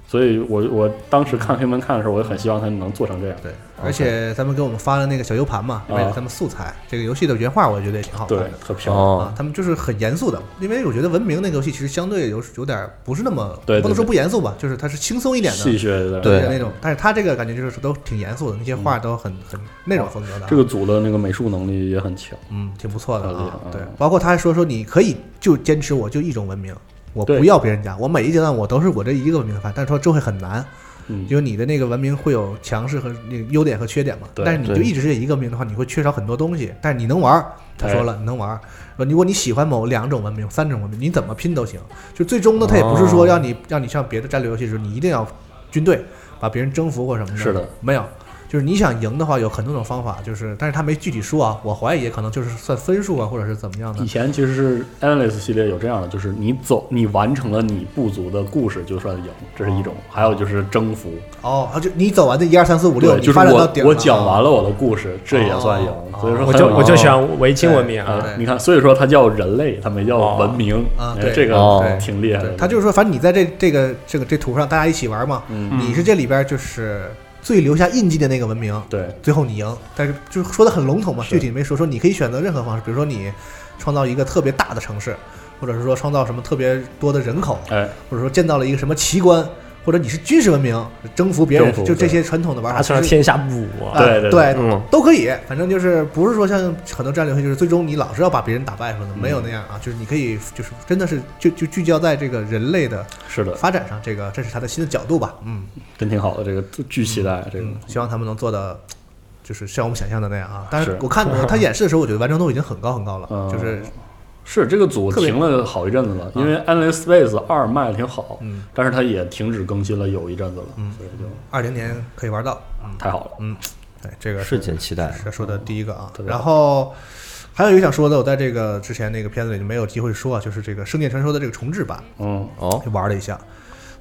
所以我，我当时看黑门看的时候，我也很希望他能做成这样。
对，而且他们给我们发了那个小 U 盘嘛，里面有他们素材，这个游戏的原画我觉得也挺好看
啊对
的。，
特漂亮。
哦
啊，，他们就是很严肃的，因为我觉得《文明》那个游戏其实相对有有点不是那么，
对对
不能说
对
不严肃吧，就是它是轻松一点
戏
的，
谑的，
对
那种。但是它这个感觉就是都挺严肃的，那些画都很很那种风格的啊，
嗯这个组的那个美术能力也很强。
嗯挺不错的
好厉害
啊
嗯。
对，包括他还说说你可以就坚持我就一种文明，我
对
不要别人家，我每一阶段我都是我这一个文明的发展，但是说这会很难，
嗯，
因为你的那个文明会有强势和那个优点和缺点嘛。
对
但是你就
对
一直是一个文明的话，你会缺少很多东西。但是你能玩儿，他说
哎
了，你能玩儿。说如果你喜欢某两种文明、三种文明，你怎么拼都行。就最终呢，他也不是说
哦
让你、让你像别的战略游戏时候，你一定要军队把别人征服或什么的。
是的，
没有。就是你想赢的话，有很多种方法，就是，但是他没具体说啊，我怀疑也可能就是算分数啊，或者是怎么样的
以。前其实是 Analyst 系列有这样的，就是你走，你完成了你部族的故事就算赢，这是一种；哦还有就是征服，
哦，啊就你走完这一二三四五六，
对，
你
就是
发展到顶
我
了
我讲完了我的故事，这也算赢
哦。
所以说
我
很
就
有
我就喜欢维京文明
啊
啊，
对，
你看，所以说它叫人类，它没叫文明
啊
哎
对
这
哦
个挺厉害的
对。他就是说，反正你在这这个这个这图上，大家一起玩嘛，
嗯
你是这里边就是最留下印记的那个文明，
对
最后你赢。但是就是说的很笼统嘛，
是
具体没说，说你可以选择任何方式，比如说你创造一个特别大的城市，或者是说创造什么特别多的人口，
哎，
或者说建造了一个什么奇观，或者你是军事文明，征服别人
征，服
就这些传统的玩
达
法，
成了
就是
啊天下不武啊。
啊
对对
对
嗯
都可以，反正就是不是说像很多战略游戏，就是最终你老是要把别人打败什么的，没有那样啊，就是你可以就是真的是就就聚焦在这个人类的
是的，
呃发展上，这个这是他的新的角度吧，嗯
真挺好的，这个巨期待这个
嗯，希望他们能做的。就是像我们想象的那样啊，但是
是
我看过他演示的时候，我觉得完成度已经很高很 高了，
嗯
就是
是这个组
特别啊
停了好一阵子了，因为 Endless Space 二卖的挺好，
嗯
但是它也停止更新了有一阵子了，
嗯
所以就
二零年可以玩到，嗯，
太好了。
对，这个
瞬间期待。
是说的第一个啊
特。别好
然后还有一个想说的，我在这个之前那个片子里就没有机会说啊，就是这个《圣剑传说》的这个重置版，
嗯，
哦，
就玩了一下。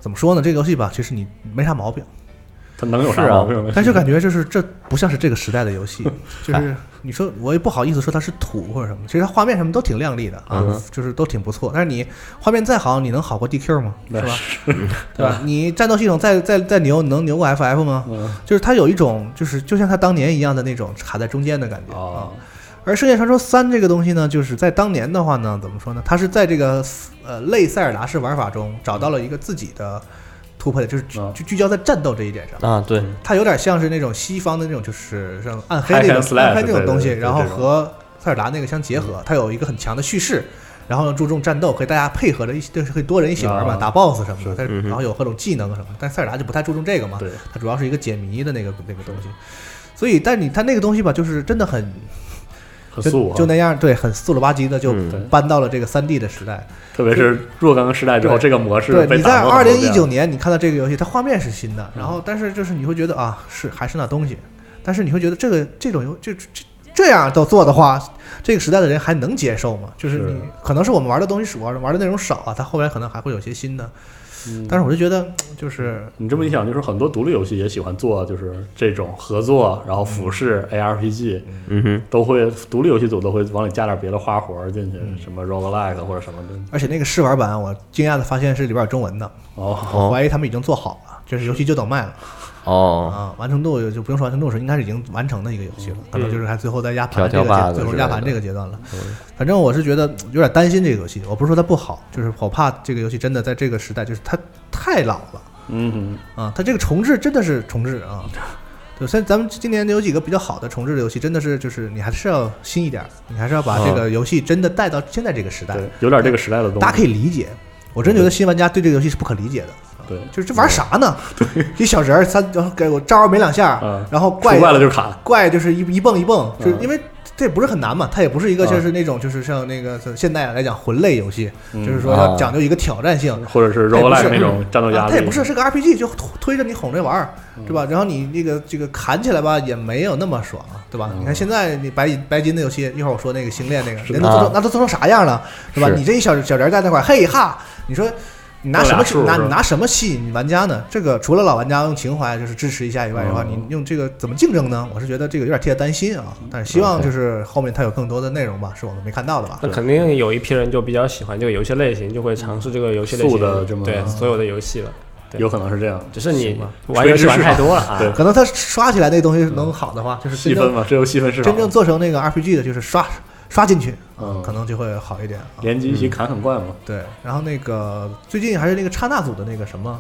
怎么说呢？这个游戏吧，其实你没啥毛病，
它能有
是
啥
啊
毛病呢？
但是感觉就是这不像是这个时代的游戏，就是你说我也不好意思说它是土或者什么，其实它画面什么都挺亮丽的啊
嗯，哼
就是都挺不错。但是你画面再好，你能好过 DQ 吗？是吧？ 对吧？你战斗系统再再再牛，你能牛过 FF 吗？
嗯
就是它有一种就是就像它当年一样的那种卡在中间的感觉啊
哦。
而《圣剑传说三》这个东西呢，就是在当年的话呢，怎么说呢？它是在这个呃类塞尔达式玩法中找到了一个自己的突破点，就是聚
啊
聚聚焦在战斗这一点上。
啊，对，
它有点像是那种西方的那种，就是像暗黑
Hack
那
and
种
slash，
暗黑那种东西，
对对对嗯
然后
这种
和塞尔达那个相结合，它有一个很强的叙事，然后注重战斗，可以大家配合着一起，就是可以多人一起玩嘛，
啊
打 BOSS 什么的，
是
但是
嗯哼
然后有各种技能什么的，但塞尔达就不太注重这个嘛，
对，
它主要是一个解谜的那个那个东西，所以但你它那个东西吧，就是真的很
很
就
素啊，
就那样，对，很素了吧唧的就
嗯
对
搬到了这个三 D 的时代，
特别是若干个时代之后，
对
这个模式
对，
被
你在
打磨
二
很多
零一
遍嗯
九年你看到这个游戏，它画面是新的，然后但是就是你会觉得啊，是还是那东西，但是你会觉得这个这种游这这这样都做的话，这个时代的人还能接受吗？就是你
是
可能是我们玩的东西是玩的玩的内容少啊，它后来可能还会有些新的，
嗯
但是我就觉得就是
你这么一想，就是很多独立游戏也喜欢做，就是这种合作，然后俯视 ARPG，
嗯哼，
都会独立游戏组都会往里加点别的花活儿进去，什么 roguelike 或者什么的。
而且那个试玩版，我惊讶的发现是里边有中文的，
哦，
我
哦
怀疑他们已经做好了，就是游戏就等卖了。
哦，嗯
啊，完成度就不用说完成度是应该是已经完成的一个游戏了，可能就是还最后在压
跳
盘这
跳
个
坝
阶
子
最后
之
压
类
盘
的
这个阶段了。反正我是觉得有点担心这个游戏，我不是说它不好，就是我怕这个游戏真的在这个时代就是它太老了
嗯哼，
啊，它这个重置真的是重置啊。对，现在咱们今年有几个比较好的重置的游戏，真的是就是你还是要新一点儿，你还是要把这
嗯
个游戏真的带到现在这个时代。
对，有点这个时代的东西。
大家可以理解。我真觉得新玩家对这个游戏是不可理解的，
对，
就是这玩啥呢？一小人儿，他呃给我招儿没两下
嗯，
然后
出
怪
怪了就卡，
怪就是一一蹦一蹦，就是
嗯
因为这也不是很难嘛，它也不是一个
嗯
就是那种就是像那个现代来讲魂类游戏，
嗯
就是说
啊
要讲究一个挑战性。
或者是
它也不是
roguelike 那种战斗压
啊
力，嗯
它也不是是个 RPG，就推推着你哄着玩儿，对吧？然后你那个这个砍起来吧，也没有那么爽，啊对吧？
嗯
你看现在你白银白金的游戏，一会儿我说那个星链那个，人都做成
啊
那都做成啥样了，对吧？
是
你这一小小人在那块儿嘿哈，你说你拿
弄
什
俩
么去
数
拿
是吧
你拿什么吸引玩家呢？这个除了老玩家用情怀就是支持一下以外的
嗯
话，你用这个怎么竞争呢？我是觉得这个有点替他担心啊，但是希
嗯
望就是后面它有更多的内容吧，是我们没看到的吧？
那肯定有一批人就比较喜欢这个游戏类型，就会尝试这啊个游戏类
素
型
的这么
对所有的游戏了。对
有可能是这样。
只是你玩
玩
游
游
戏
戏
玩
玩
太
太
多了啊。
对
可能他刷起来那东西能好的话，就是
细
真正
分嘛，这有细分市场
真，正做成那个 RPG 的，就是刷刷进去，啊
嗯
可能就会好一点啊。
连击一起砍很怪嘛。
对，然后那个最近还是那个刹那组的那个什么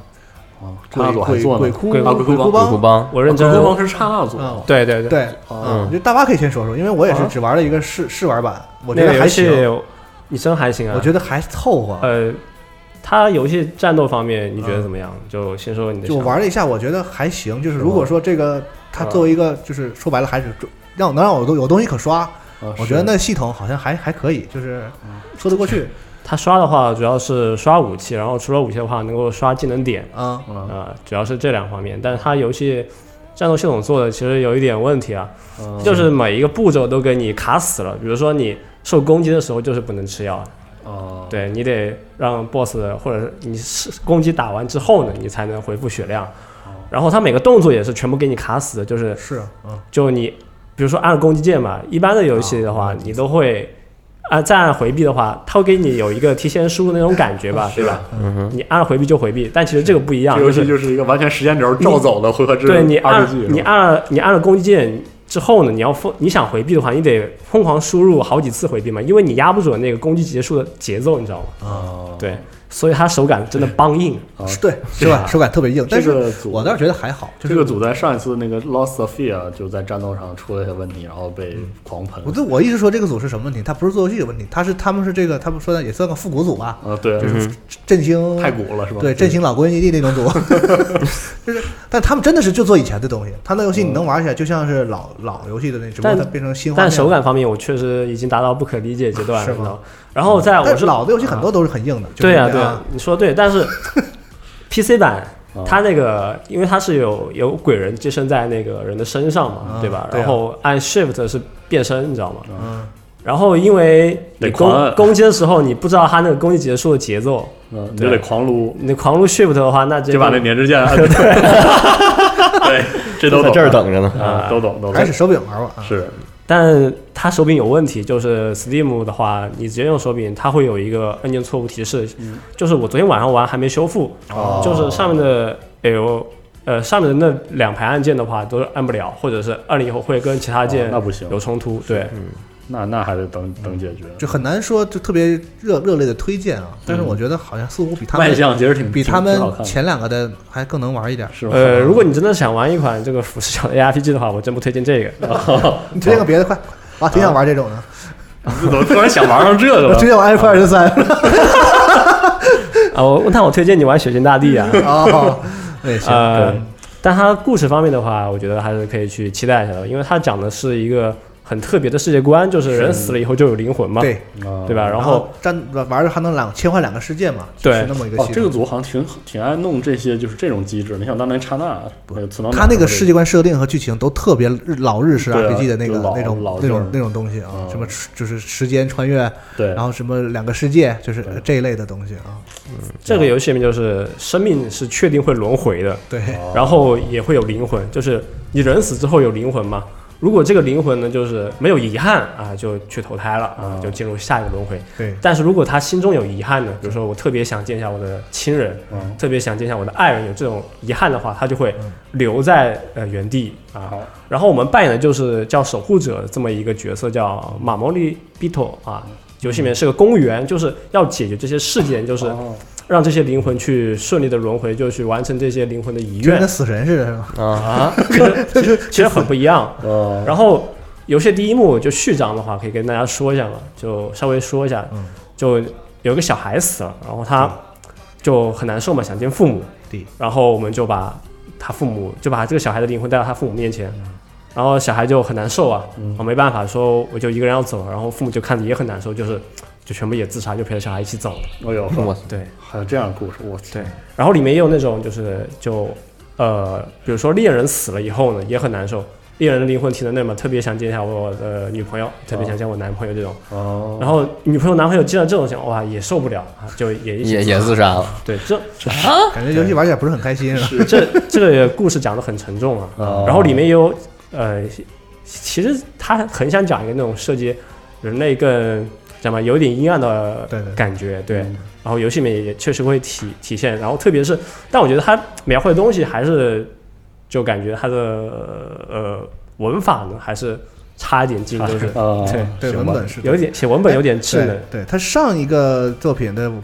啊，刹
鬼
那组还
鬼
做呢，
鬼哭
鬼啊
啊，鬼哭帮，
酷帮，
我认
鬼
真
哭帮是刹那组，
啊，
对对对，
对，嗯，就大巴可以先说说，因为我也是只玩了一个试试玩版，我觉
那个
得
游
还
戏
行，
你真还行啊。
我觉得还凑合。
呃，它游戏战斗方面你觉得怎么样？嗯就先说你的
就
想
我
法。
玩了一下，我觉得还行。就是如果说这个它作为一个，就是说白了还是让能让我有有东西可刷，
啊
我觉得那系统好像还还可以，就是说得过去
它刷的话主要是刷武器，然后除了武器的话能够刷技能点，
啊。
是啊
呃，主要是这两方面。但是它游戏战斗系统做的其实有一点问题啊，
嗯
就是每一个步骤都给你卡死了。比如说你受攻击的时候就是不能吃药，
啊，
对你得让 boss 或者是你是攻击打完之后呢，你才能恢复血量。然后它每个动作也是全部给你卡死的，就是
是，嗯，
就你比如说按攻击键嘛，一般的游戏的话，你都会按再按回避的话，它会给你有一个提前输入那种感觉
哦
吧，对吧？你按回避就回避，但其实这个不一样，
这
啊就
游戏
是
就是一个完全时间轴照走的回合制
对你按
RPG，
你
是吧
按你按了攻击键之后呢，你要疯你想回避的话，你得疯狂输入好几次回避嘛，因为你压不准那个攻击结束的节奏，你知道吗？
哦
啊，
对，所以他手感真的梆 硬。
啊
是对，手感手感特别硬，但
这个
是
组
我倒是觉得还好，就
这
是
个组在上一次那个 Lost Sophia 就在战斗上出了一些问题，然后被狂喷
我。对我一直说这个组是什么问题？它不是做游戏的问题，它是他们是这个，他们说的也算个复古组吧，
啊，对，
就是振兴
太古了是吧？
对振兴老国营基地那种 组，就是，但他们真的是就做以前的东西，他那游戏
嗯
你能玩起来，就像是老老游戏的那，只不过
但
它变成新画面
但
了。
手感方面，我确实已经达到不可理解阶段了，
是
你
吗
知道吗？然后在我
但
是
老的游戏很
啊
多都是很硬的，就是
对呀、
这
对、啊
样
呀，你说得对，但是 PC 版
啊
它那个，因为它是有有鬼人寄生在那个人的身上嘛，
嗯
对吧？
对啊
然后按 Shift 是变身，你知道吗？
嗯，
然后因为你
啊得
攻
狂按
攻击的时候，你不知道它那个攻击结束的节奏，
嗯，你就得狂撸，
你狂撸 Shift 的话，那这
就把那粘 纸剑按住。对，这都
在
懂
这儿等着呢。
啊，都懂都懂
还。是手柄玩玩啊。
是
但它手柄有问题，就是 Steam 的话，你直接用手柄，它会有一个按键错误提示，就是我昨天晚上玩还没修复，
哦
就是上面的 L 呃上面的那两排按键的话都是按不了，或者是按了以后会跟其他键
哦那不行嗯
有冲突，对，
那那还得等等解决。
就很难说，就特别热热烈的推荐啊！但是我觉得好像似乎比他
卖
们
相其实挺
比他
挺挺好
们
看的
前两个的还更能玩一点。
是吧？
呃，如果你真的想玩一款这个俯视角的 ARPG 的话，我真不推荐这个。
你推荐个别的，快！啊，挺想玩这种的。
你怎么突然想玩上这个
我
了
推？荐我《艾弗二十三》
啊，我但我推荐你玩《血腥大地》啊，
哦，那也行。
呃
对，
但它故事方面的话，我觉得还是可以去期待一下的，因为它讲的是一个很特别的世界观，就是人死了以后就有灵魂嘛，
对，哦
啊
对吧？然
然
后
站玩着还能两切换两个世界嘛，
对
是那么一个
哦
系，
这个
统。
组好像挺挺爱弄这些，就是这种机制。你想当年刹那那个存档，
他那个世界观设定和剧情都特别日老日式
对啊
RPG 的那个
就老
那种
老
那
劲
种
儿
那种东西啊，
嗯
什么就是时间穿越，
对，
然后什么两个世界，就是
对
这一类的东西啊。
这个游戏里面就是生命是确定会轮回的，
对，
哦
然后也会有灵魂，就是你人死之后有灵魂嘛。如果这个灵魂呢，就是没有遗憾啊，就去投胎了啊，就进入下一个轮回。
对，
但是如果他心中有遗憾呢，比如说我特别想见一下我的亲人，
嗯
特别想见一下我的爱人，有这种遗憾的话，他就会留在呃原地啊
好。
然后我们扮演的就是叫守护者这么一个角色，叫马莫利比托啊。
嗯
游戏里面是个公务员，就是要解决这些事件，就是
哦
让这些灵魂去顺利的轮回，就去完成这些灵魂的遗
就
愿
跟死神似的，是
哦
吧？
啊。其实其实其实很不一样。
呃，
然后游戏第一幕就序章的话，可以跟大家说一下嘛，就稍微说一下，就有个小孩死了，然后他就很难受嘛，想见父母，
对，
然后我们就把他父母就把这个小孩的灵魂带到他父母面前，然后小孩就很难受啊，我、没办法说我就一个人要走，然后父母就看着也很难受，就是就全部也自杀，就陪着小孩一起走了。
哎 呦，
我
对
还有这样的故事，我天
对，然后里面也有那种就是就呃，比如说恋人死了以后呢，也很难受。恋人的灵魂体在那嘛，特别想见一下我的女朋友，特别想见我男朋友这种。
哦，
然后女朋友、男朋友见到这种想，哇，也受不了，啊就也一起
也
走
也自杀了。
对这
感觉游戏玩起来不是很开心，啊是吧？
这这个故事讲的很沉重啊，
哦
然后里面也有呃，其实他很想讲一个那种涉及人类更怎么有点阴暗的
对对对
感觉，对。然后游戏里面也确实会体体现，然后特别是，但我觉得他描绘的东西还是就感觉他的呃文法呢还是差一点劲，就是
啊，
对
对，
行
文
吧
本是
有点写文本有点稚嫩
对，，对他上一个作品的我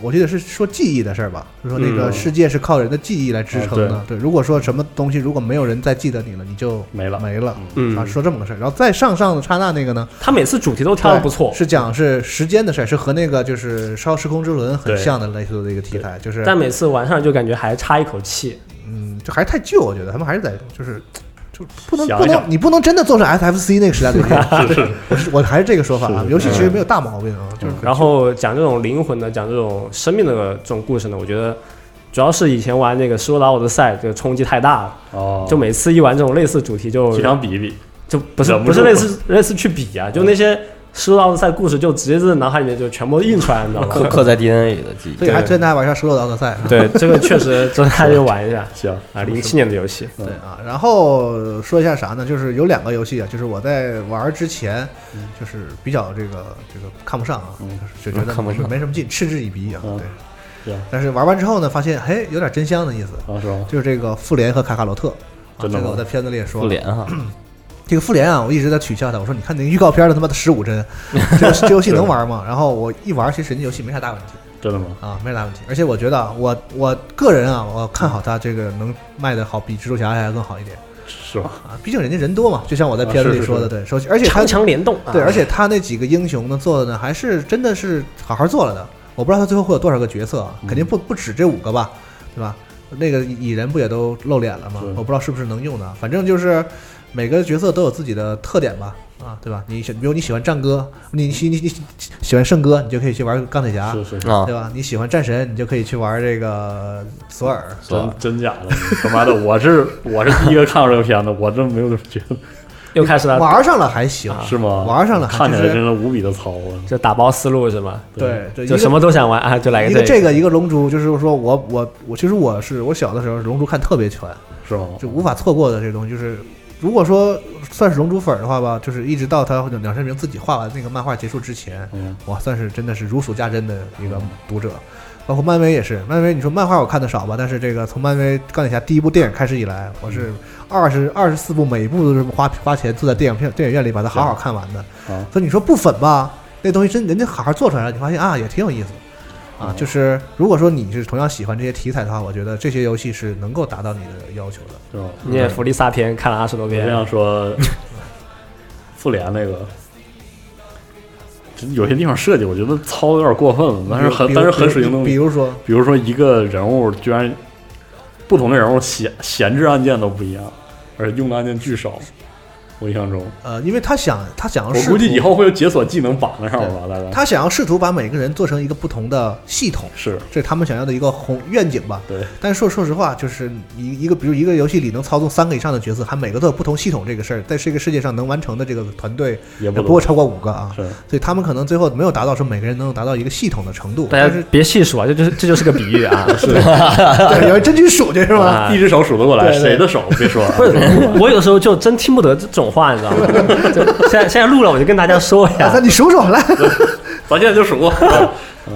我记得是说记忆的事儿吧，就说那个
嗯
世界是靠人的记忆来支撑的。
啊
对，如果说什么东西如果没有人再记得你了，你就
没了
没了。
嗯
啊，说这么个事儿，然后再上上的刹那那个呢，
他每次主题都挑的
对
不错，
是讲是时间的事儿，是和那个就是《超时空之轮》很
对
像的类似的一个题材，就是
但每次玩上就感觉还差一口气，
嗯，就还是太旧，我觉得他们还是在就是就不能
想
不
一想
能你不能真的做成 SFC 那个时代的游戏，我是我还是这个说法啊，
是是
游戏其实没有大毛病啊，就是
嗯然后讲这种灵魂的，讲这种生命的这种故事呢，我觉得主要是以前玩那个《斯洛达奥德赛》这个冲击太大了，
哦，
就每次一玩这种类似主题就
经常比一比，
就不是
忍不
不是
住嗯
类似类似去比啊，就那些《斯洛达奥德赛》故事就直接在脑海里面就全部印出来，你知道
刻
嗯
吗？
刻在 DNA 里的记忆。
所以还真的还玩上《失落的奥德赛》啊。
对，这个确实，这大家就玩 一下
行，
啊，零七年的游戏，
对啊，然后说一下啥呢？就是有两个游戏啊，就是我在玩儿之前，就是比较这个这个看不上啊，就是就觉得
看不上
没什么劲，嗤之以鼻啊。
嗯
对
是，
但是玩完之后呢，发现嘿有点真香的意思，
啊是吧？
就是这个复联和卡卡罗特。啊，这
真的吗
个我在片子里也说
复
了，
联哈，
这个复联啊，我一直在取笑他，我说你看那个预告片儿都他妈的十五帧，这这游戏能玩吗？然后我一玩，其实人家游戏没啥大问题，
真的吗？
啊，没啥问题。而且我觉得啊，我我个人啊，我看好它这个能卖的好，比蜘蛛侠还要更好一点
是吧？
啊。毕竟人家人多嘛，就像我在片子
啊是
里
是
说的，
是
对，首先而且他
强强联动啊，
对，而且他那几个英雄呢做的呢，还是真的是好好做了的。我不知道他最后会有多少个角色啊，
嗯
肯定不不止这五个吧，对吧？那个蚁人不也都露脸了吗
是？
我不知道是不是能用的，反正就是每个角色都有自己的特点吧，啊，对吧？你喜，比如你喜欢战歌，你你你你喜欢圣歌，你就可以去玩钢铁侠，
是是是，
啊
对，吧？你喜欢战神，你就可以去玩这个索尔。
真真假的，他妈的，我是我是第一个看到这个片子，我真没有觉得
又开始了，
玩上了还行，
是吗？
啊玩上了
看起
就
来
是
真的无比的糙啊！
就打包思路是吗？
对对，
就
一个
什么都想玩 啊，就来
一
个
个
这
这个一个龙珠，就是说我我我，其实我是我小的时候龙珠看特别全，
是吗？
就无法错过的这东西。就是如果说算是龙珠粉儿的话吧，就是一直到他鸟山明自己画完那个漫画结束之前，
嗯，
我算是真的是如数家珍的一个读者。包括漫威也是，漫威你说漫画我看的少吧，但是这个从漫威钢铁侠第一部电影开始以来，我是二十二十四部每一部都是花花钱坐在电影片电影院里把它好好看完的。
啊
所以你说不粉吧，那东西真人家好好做出来了，你发现啊也挺有意思。啊，就是如果说你是同样喜欢这些题材的话，我觉得这些游戏是能够达到你的要求的。
是吗？
你也弗利萨篇看了二十多
我这
遍，
样说，复联那个，真有些地方设计我觉得糙得有点过分了，但是很
比如
但是很水晶洞
比如说，
比如说一个人物居然不同的人物闲闲置按键都不一样，而且用的按键巨少。我印象中，
呃，因为他想他想要
我
试
估计
图
以后会有解锁技能绑在上面吧，大概
他想要试图把每个人做成一个不同的系统，
是
这是他们想要的一个宏愿景吧。
对，
但是说说实话，就是一一个比如一个游戏里能操纵三个以上的角色，还每个都有不同系统这个事儿，在这个世界上能完成的这个团队
也
也
不
不
多
会超过五个啊。
是
所以他们可能最后没有达到说每个人能够达到一个系统的程度，
大
但
家
是
别细数啊，这就是这就是个比喻 啊，
对，要真去数去 是吧？
啊
一哎只手数得过来，
对对
谁的手别说啊，
不是，我我有时候就真听不得这种话，你知道吗？ 就现在现在录了，我就跟大家说一
啊，
下
咱你数数来，
咱现在就数。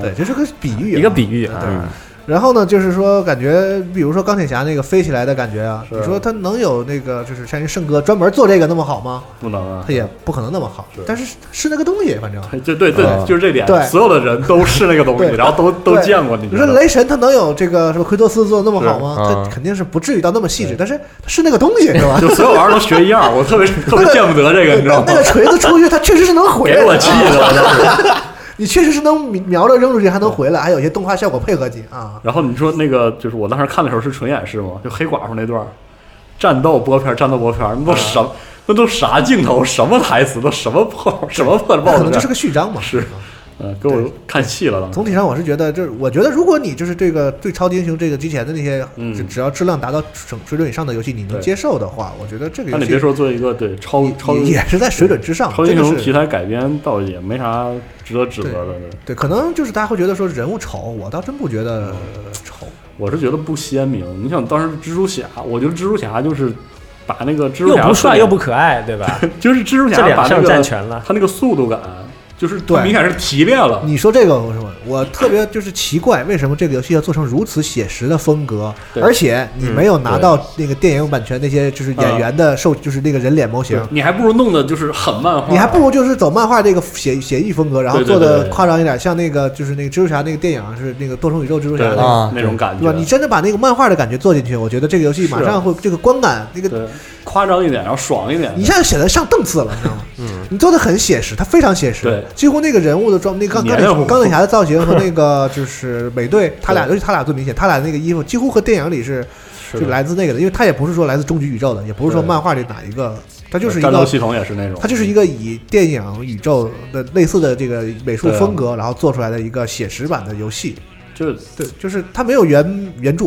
对，这是个比喻啊，
一个比喻
对
嗯
啊，
然后呢，就是说感觉，比如说钢铁侠那个飞起来的感觉啊，
是
你说他能有那个就是像人圣哥专门做这个那么好吗？
不能啊
他，也不可能那么好
是，
但是是那个东西，反正。
对对对
啊，
就是这点
对，
所有的人都是那个东西，
对
然后都都
对
见过，你
你
知
说
道吗？
雷神他能有这个什么奎托斯做的那么好吗？
是
他
嗯
肯定是不至于到那么细致，但是他是那个东西是吧？
就所有玩意儿都学一样，我特别特别见不得这个，你知道吗
那？个锤子出去，他确实是能回
给
来
我
的。
气的，我真是
你确实是能瞄着扔出去，还能回来，还有一些动画效果配合你啊。
然后你说那个就是我当时看的时候是纯演示嘛，就黑寡妇那段儿战斗播片儿，战斗播片儿，那都什
嗯
那都啥镜头，什么台词，都什么破什么破
那可
BOSS 战
能就是个序章嘛。
是
啊
嗯，给我看气了当时
总体上我是觉得，就是我觉得如果你就是这个对超级英雄这个之前的那些，
嗯
只只要质量达到水水准以上的游戏，你能
对
接受的话，我觉得这个
那
游
你
戏
别说做一个对超
也
超
也也是在水准之上，
超级
这
英
个
雄
是
题材改编，倒也没啥值得指责的。对
对，可能就是大家会觉得说人物丑，我倒真不觉得
嗯
丑。
我是觉得不鲜明。你想当时蜘蛛侠，我觉得蜘蛛侠就是把那个蜘蛛
又
侠
不帅又
特
不可爱，对吧？
点，就是蜘蛛
这
侠把
两
那
项
个
占全了。
他那个速度感，就是
对
他明显是提炼了。
你说这个我说我特别就是奇怪，为什么这个游戏要做成如此写实的风格，
对嗯
而且你没有拿到那个电影版权那些就是演员的受就是那个人脸模型
对，你还不如弄的就是很漫画，
你还不如就是走漫画这个写写意风格，然后
对对
做
对
的
对对
夸张一点，像那个就是那个蜘蛛侠那个电影啊是那个多重宇宙蜘蛛侠
对
那
啊
个。
那种感
对吧？
觉，
你真的把那个漫画的感觉做进去，我觉得这个游戏马上会这个观感，那个
啊对夸张一点，然后爽一点，
一下就显得上档次了，你知道吗？嗯，你做的很写实，它非常写实，
对
几乎那个人物的装，那个钢钢
黏糊
铁
糊
钢铁侠的造型和那个就是美队，他俩尤其他俩最明显，他俩那个衣服几乎和电影里是
是
就来自那个的，因为他也不是说来自终局宇宙的，也不是说
对
漫画里哪一个，他就是一
战斗
个。
系统也是那种，
它就是一个以电影宇宙的类似的这个美术
对啊
风格，然后做出来的一个写实版的游戏。
就
对，就是它没有原原著，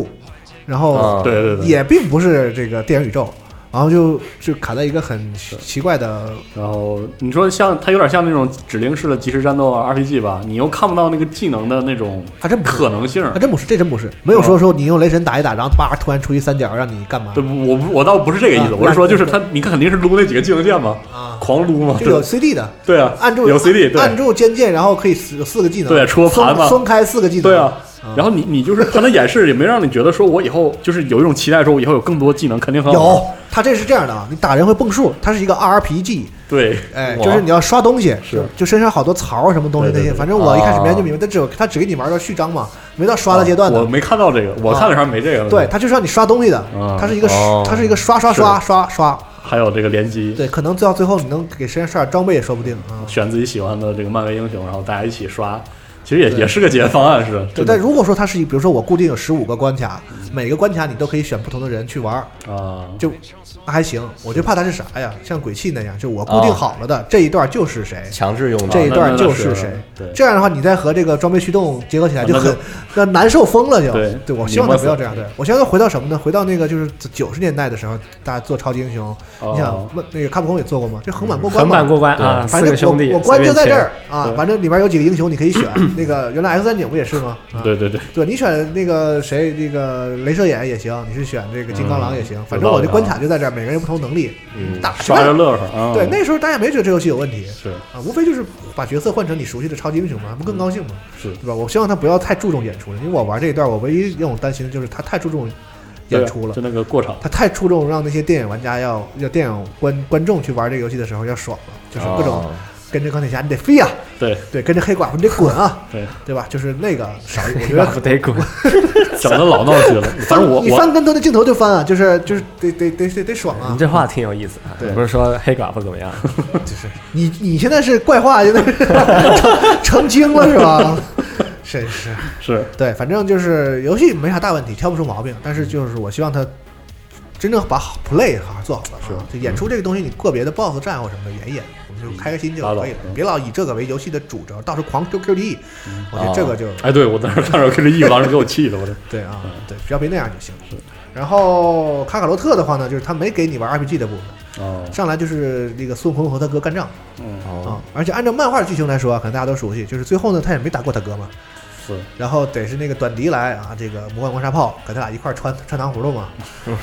然后
啊
对对对，
也并不是这个电影宇宙，然后就就卡在一个很奇奇怪的，
然后你说像它有点像那种指令式的即时战斗啊 RPG 吧，你又看不到那个技能的那种
还真不是
可，能性。
还真不是，这真不是，没有说说你用雷神打一打，然后叭突然出一三角让你干嘛
对，不我不我倒不是这个意思，
啊
我是说就是他，你肯定是撸那几个技能键嘛，
啊？
狂撸嘛，
就有
对
CD 的，
对啊，
按住
有 CD
按
对
住肩键，然后可以使有四个技能，
对戳盘嘛
松松开四个技能，
对啊。然后你你就是他的演示也没让你觉得说我以后就是有一种期待，说我以后有更多技能肯定很好玩。
有，它这是这样的啊，你打人会蹦数，它是一个 RPG，
对
哎，
哇
就是你要刷东西，
是
就就身上好多槽儿什么东西那
对对
些，
对
反正我一开始
啊
没研究明白，它只有它只给你玩到序章嘛，没到刷的阶段
啊我
呢。
没看到这个，我看的时候没这个。
对，，它就是让你刷东西的
啊，
它是一个
哦
它是一个刷刷刷刷刷，
还有这个联机，
对，可能最到最后你能给身上刷点装备也说不定啊。
选自己喜欢的这个漫威英雄，然后大家一起刷，其实也
对
也是个解决方案，是的
对，
真
但
的
如果说它是一，比如说我固定有十五个关卡，每个关卡你都可以选不同的人去玩儿，
啊。
就那还行。我就怕它是啥呀？像鬼泣那样，就我固
啊
定
哦
好了的、这一段就是谁，
强制用的
这一
那
段
那
就是谁。
对
这样的话，你再和这个装备驱动结合起来，就
那就
很那难受疯了就。
对
我希望它不要这样。
你摸
对
死
我希望它回到什么呢？回到那个就是九十年代的时候，大家做超级英雄，
哦
你想那那个卡普空也做过吗？就横版过关
横
嘛。
版过关啊，
反
四个
正
兄弟，
我我关就在这儿啊，
对
反正里边有几个英雄你可以 选。那个原来 X 三九不也是吗？啊，
对对对，
对你选那个谁，那个镭射眼也行，你是选这个金刚狼也行，反正
有道理
我这
啊
关卡就在这儿，每个人有不同能力，
嗯
打
刷着乐呵啊。
对，那时候大家没觉得这游戏有问题
是
啊，无非就是把角色换成你熟悉的超级英雄嘛，不更高兴吗？
嗯是
对吧？我希望他不要太注重演出了，因为我玩这一段，我唯一让我担心的就是他太注重
对啊
演出了
就。那个过场。
他太注重让那些电影玩家要要电影观观众去玩这个游戏的时候要爽了，就是各
哦
种跟着钢铁侠你得飞呀、
对
对，跟着黑寡妇你得 滚啊，
对，
对吧？就是那个少一，我觉
对吧
得
不得 滚，
整的老闹剧了。 反正我
你
我
翻跟头那镜头就翻啊，就是就是得得得得得爽啊
你！这话挺有意思啊。
对
不是说黑寡妇怎么 样？
你你现在是怪话，现在是 成成精了是吧？ 是是，
是
对，反正就是游戏没啥大问题，挑不出毛病。但是就是我希望他真正把好 play 好好做好了啊，就演出这个东西，你个别的 boss 战或什么的演一演，我们就开开心就可以了
拉倒，
别老以这个为游戏的主轴，到时候狂 QQD，我觉得这个就
哎，对我当时看着 Q 这衣服，当时给我气的，我这
对啊，对，只要别那样就行。然后卡卡罗特的话呢，就是他没给你玩 RPG 的部分。
哦，
上来就是那个孙悟空和他哥干仗
嗯，
啊，而且按照漫画的剧情来说，可能大家都熟悉，就是最后呢，他也没打过他哥嘛，
是
然后得是那个短笛来啊，这个魔幻光沙炮给他俩一块儿穿穿糖葫芦 嘛，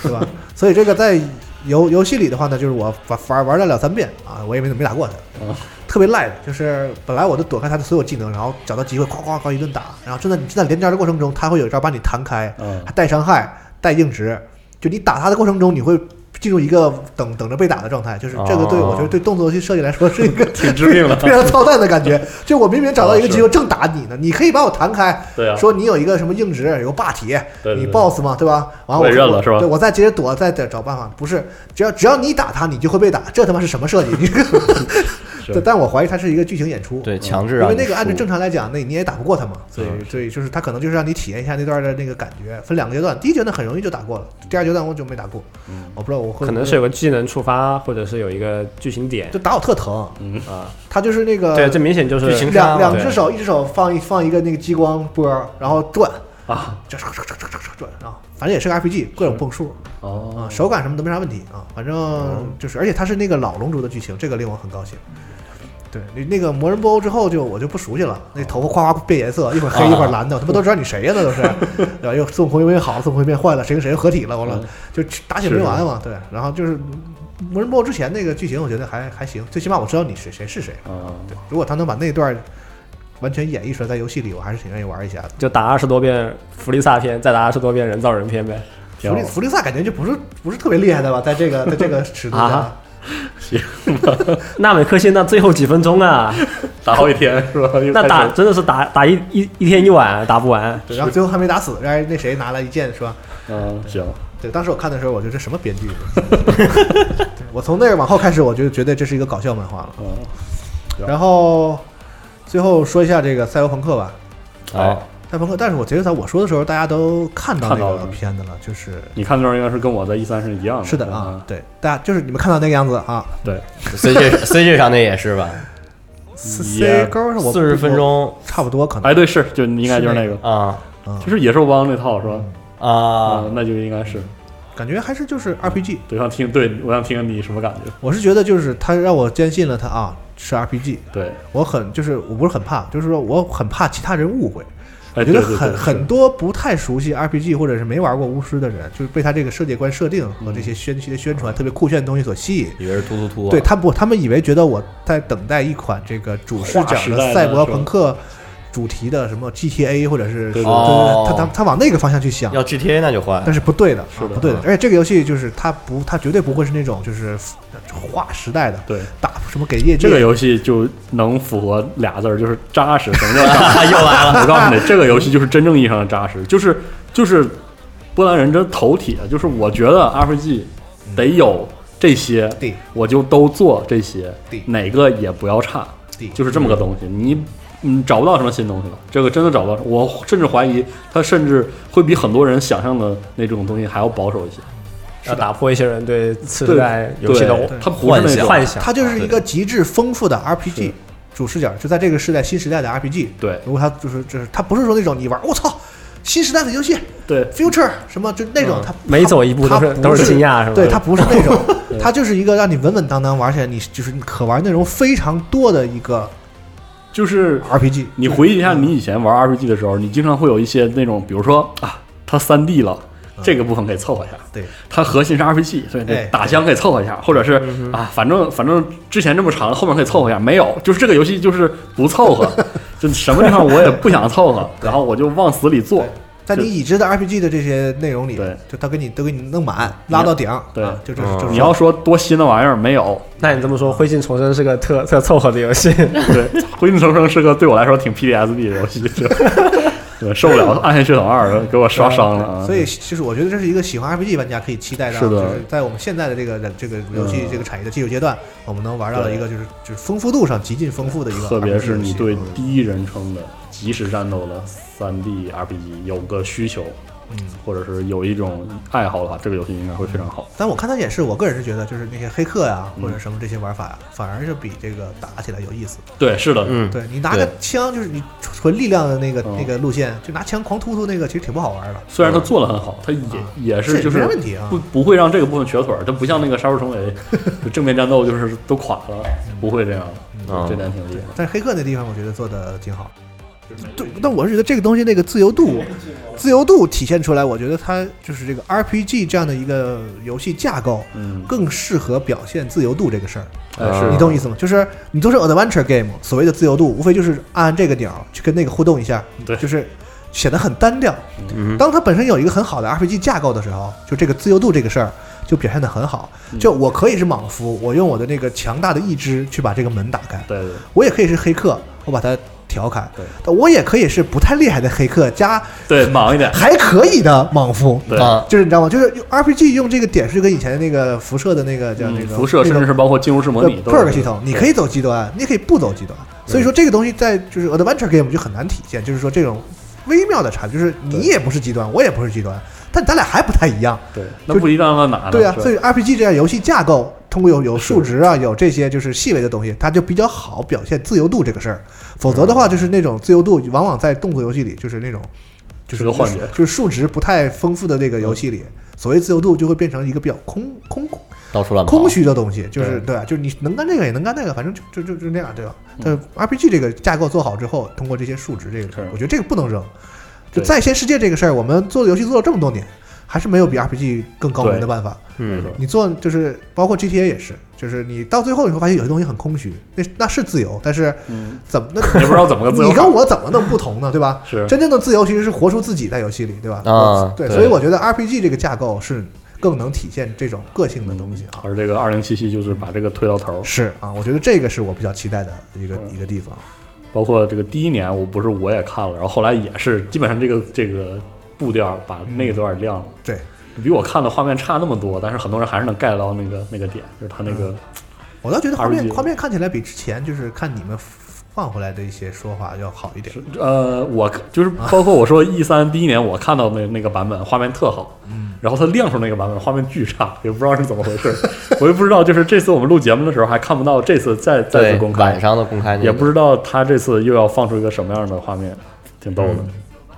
对吧？所以这个在游游戏里的话呢，就是我玩玩玩了两三遍啊，我也没没打过他
嗯，
特别赖的，就是本来我都躲开他的所有技能，然后找到机会哐哐哐一顿打，然后正在你正在连招的过程中，他会有一招把你弹开，
嗯
还带伤害、带硬直，就你打他的过程中，你会进入一个等等着被打的状态，就是这个对
哦
我觉得对动作游戏设计来说是一个
挺致命
非
的。
常操蛋的感觉。就我明明找到一个
是
机会正打你呢，你可以把我弹开，
对啊，
说你有一个什么硬直，有个霸体，
对对
你
对
boss 嘛，对吧？完了
我也认
我
了是吧
对我再接着 躲，再再找办法。不是，只要只要你打他，你就会被打，这他妈是什么设计？ 但但我怀疑它是一个剧情演出，
对，强制
因
让
为
你
那个按照
输
正常来讲，那你也打不过他嘛，所以
嗯
所以就是他可能就是让你体验一下那段的那个感觉，分两个阶段，第一阶段很容易就打过了，第二阶段我就没打过，
嗯
我不知道我会
可能是有个技能触发，或者是有一个剧情点
就打我特疼，
嗯
啊。
他就是那个
对，这明显就是
剧情
两
杀
两
对
只手，一只手放一放一个那个激光波，然后转
啊，
就唰唰唰唰唰唰转啊，反正也是个 RPG，各种蹦数啊，
哦，
手感什么都没啥问题啊，反正就是，而且它是那个老龙族的剧情，这个令我很高兴。对，那那个魔人布欧之后就我就不熟悉了，那头发夸夸变颜色，一会儿黑一会儿蓝的，他们都知道你谁呀？那都是，对吧？又孙悟空又变好了，孙悟空又变坏了，谁跟谁合体了？完了就打起来没完嘛。对，然后就是魔人布欧之前那个剧情，我觉得还还行，最起码我知道你谁谁是谁。
啊，
对，如果他能把那段完全演绎出来，在游戏里，我还是挺愿意玩一下的。
就打二十多遍弗利萨篇，再打二十多遍人造人篇呗。
挺
弗
好
利弗利萨感觉就不是不是特别厉害的吧，在这个在这 个尺度下
啊，纳美克星那最后几分钟 啊，
打好几天是吧？又
那
开
打
始
真的是打打一一一天一晚打不完。
然后最后还没打死，让人那谁拿来一剑是吧？
嗯行，
对，当时我看的时候，我觉得这什么编剧？ 对我从那儿往后开始，我就觉得这是一个搞笑漫画了。
嗯
然后最后说一下这个赛博朋克吧，
哎，
赛博朋克。但是我觉得在我说的时候，大家都看到那
看到
个
了
片子了，就是
你看的时候应该是跟我在一三是一样的，
是的
嗯
啊，，对，大家就是你们看到那个样子啊。
对，
CG CG 上那也是吧，
C
也
C 勾是我
四十分，钟
我差不多可能。
哎对是，就你应该就是那个，
啊
嗯
就是野兽帮那套是吧？
啊，
那就应该是，
感觉还是就是 RPG。
对，想听，对我想听你什么感觉？
我是觉得就是他让我坚信了他啊是 RPG，
对，
我很就是我不是很怕，就是说我很怕其他人误会。
哎，
我觉得
对对对
很
是
很多不太熟悉 RPG 或者是没玩过巫师的人，就是被他这个世界观设定和这些宣这些宣传特别酷炫的东西所吸引。
以为是突突突啊，
对他不，他们以为觉得我在等待一款这个主视
划
角
时代的
赛博
是吧
朋克主题的什么 GTA 或者是
对对对
哦
他他他往那个方向去想，
要 GTA 那就换
但是不对的，
是的
啊不对的
啊。
而且这个游戏就是它不，它绝对不会是那种就是呃划时代的，
对。
打什么给业界
这个游戏就能符合俩字儿，就是扎实。什么叫扎实？
啊，又来了，
我告诉你，这个游戏就是真正意义上的扎实，就是就是波兰人真头铁，就是我觉得 RPG 得有这些，
对
我就都做这些
对，
哪个也不要差
对，
就是这么个东西。你嗯找不到什么新东西了，这个真的找不到。我甚至怀疑它甚至会比很多人想象的那种东西还要保守一些。
要打破一些人对次
对
时代游戏的
对它不是
幻
那
想
种
幻想。
它就是一个极致丰富的 RPG
是
主视角，就在这个时代新时代的 RPG。
对
如果它就是就是它不是说那种你玩我操新时代的游戏
对
future 什么就那种，它
每走一步都是
它不
都
是
是惊讶，是吧？
对它不是那种，它就是一个让你稳稳当当玩起来，你就是你可玩内容非常多的一个
就是
RPG。
你回忆一下你以前玩 RPG 的时候，你经常会有一些那种，比如说啊，它三 D 了，
嗯
这个部分可以凑合一下。
对，
它核心是 RPG，所以
哎
这打枪可以凑合一下，或者是
嗯
啊，反正反正之前这么长，后面可以凑合一下。没有，就是这个游戏就是不凑 合，就什么地方我也不想凑合，然后我就往死里做
对。在你已知的 RPG 的这些内容里
对，
就它给你都给你弄满，拉到顶，
对
啊就这是
嗯
就是
你要说多新的玩意儿没有，
那你这么说，《灰烬重生》是个特特凑合的游戏，
对， 《灰烬重生》是个对我来说挺 PTSD 的游戏，对 对，受不了《暗黑血统二》给我刷伤了啊！
所以就是我觉得这是一个喜欢 RPG 玩家可以期待到，
是
就
的
是在我们现在的这个这个游戏
嗯
这个产业的技术阶段，我们能玩到一个就是就是丰富度上极尽丰富的一个 RPG 游戏，
特别是你对
嗯
第一人称的即时战斗的三 D RPG 有个需求，
嗯。
或者是有一种爱好的话，这个游戏应该会非常好。
但我看他演示，我个人是觉得就是那些黑客呀、或者什么这些玩法
嗯
呀，反而是比这个打起来有意思。
对，是的，
嗯，
对你拿个枪，就是你纯力量的那个
嗯
那个路线，就拿枪狂突突那个，其实挺不好玩的。
虽然它做的很好，它也
啊
也
这
是
也
就是
没问题啊
不不会让这个部分瘸腿儿，它不像那个杀手重围， 就正面战斗就是都垮了，不会这样
嗯
的，这点挺厉害。
但是黑客那地方，我觉得做的挺好。对，但我是觉得这个东西那个自由度，自由度体现出来，我觉得它就是这个 RPG 这样的一个游戏架构，
嗯，
更适合表现自由度这个事儿。
哎
嗯
你
是
懂我意思吗？就是你都是 adventure game，所谓的自由度，无非就是按这个钮儿去跟那个互动一下，
对
就是显得很单调。
嗯
当它本身有一个很好的 RPG 架构的时候，就这个自由度这个事儿就表现得很好。就我可以是莽夫，我用我的那个强大的意志去把这个门打开；
对对，
我也可以是黑客，我把它调侃
对，
但我也可以是不太厉害的黑客加
对，忙一点，
还可以的莽夫，
对，
啊，
就是你知道吗？就是用 RPG 用这个点是跟以前那个辐射的那个叫那
嗯
个
辐射，
那
甚
个
至是包括进入式模拟都
p e
是
r k 系统，你可以走极端，你也可以不走极端。所以说这个东西在就是 adventure game 就很难体现，就是说这种微妙的差距，就是你也不是极端，我也不是极端，但咱俩还不太一样。
对，那不一样到哪呢？
对啊，
是
所以 RPG 这样游戏架构，通过有有数值啊，有这些就是细微的东西，它就比较好表现自由度这个事儿。否则的
嗯
话，就是那种自由度往往在动作游戏里就是那种就是
是个幻觉嗯
就是数值不太丰富的这个游戏里，所谓自由度就会变成一个比较空空
到处乱跑，
空虚的东西，就是对啊，就是你能干这个也能干那个，反正就就就就那样，对吧？
嗯
但是 RPG 这个架构做好之后，通过这些数值这个
是，
我觉得这个不能扔。就
对
在线世界这个事儿，我们做游戏做了这么多年，还是没有比
嗯
RPG 更高明的办法。
嗯，
你做就是包括 GTA 也是，就是你到最后你会发现有些东西很空虚，那那是自由，但是
嗯
怎么那
也不知道怎么个自由
你
法
跟我怎么能不同呢？对吧？
是
真正的自由其实是活出自己在游戏里，对吧？
啊
对，
对
所以我觉得 RPG 这个架构是更能体现这种个性的东西啊。
而这个二零七七就是把这个推到头儿，
是啊，我觉得这个是我比较期待的一个一个地方。
包括这个第一年我不是我也看了，然后后来也是基本上这个这个步调把那个段儿亮了，
对，
比我看的画面差那么多，但是很多人还是能 get 到那个那个点，就是他那个
我倒觉得画面
RPG
画面看起来比之前就是看你们放回来的一些说法要好一点。
呃，我就是包括我说 E 三第一年我看到那那个版本画面特好，
嗯
然后它亮出那个版本画面巨差，也不知道是怎么回事， 我也不知道，就是这次我们录节目的时候还看不到，这次再再
对
次公，开
晚，上的公开那
也
个
不知道他这次又要放出一个什么样的画面，挺逗的。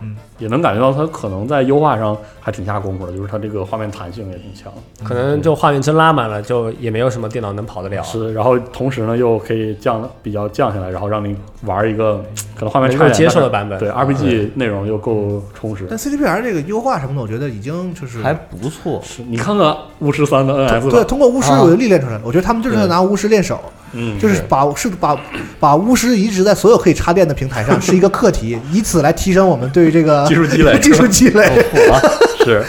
嗯
也能感觉到他可能在优化上还挺下功夫的，就是他这个画面弹性也挺强，
可能就画面真拉满了，就也没有什么电脑能跑得了。
是，然后同时呢又可以降比较降下来，然后让你玩一个可能画面
能
差
够
一点
接受的
但是
版本
对 RPG 内容又够充实。
但 CDPR 这个优化什么的，我觉得已经就是
还不错，
是你看看巫师三的 NS
对，
吧，
通过巫师
啊
我就历练出来了。我觉得他们就是在拿巫师练手，
嗯，
就是把是把把巫师移植在所有可以插电的平台上，是一个课题，以此来提升我们对这个
技术积累 哦
技术积累。
啊
是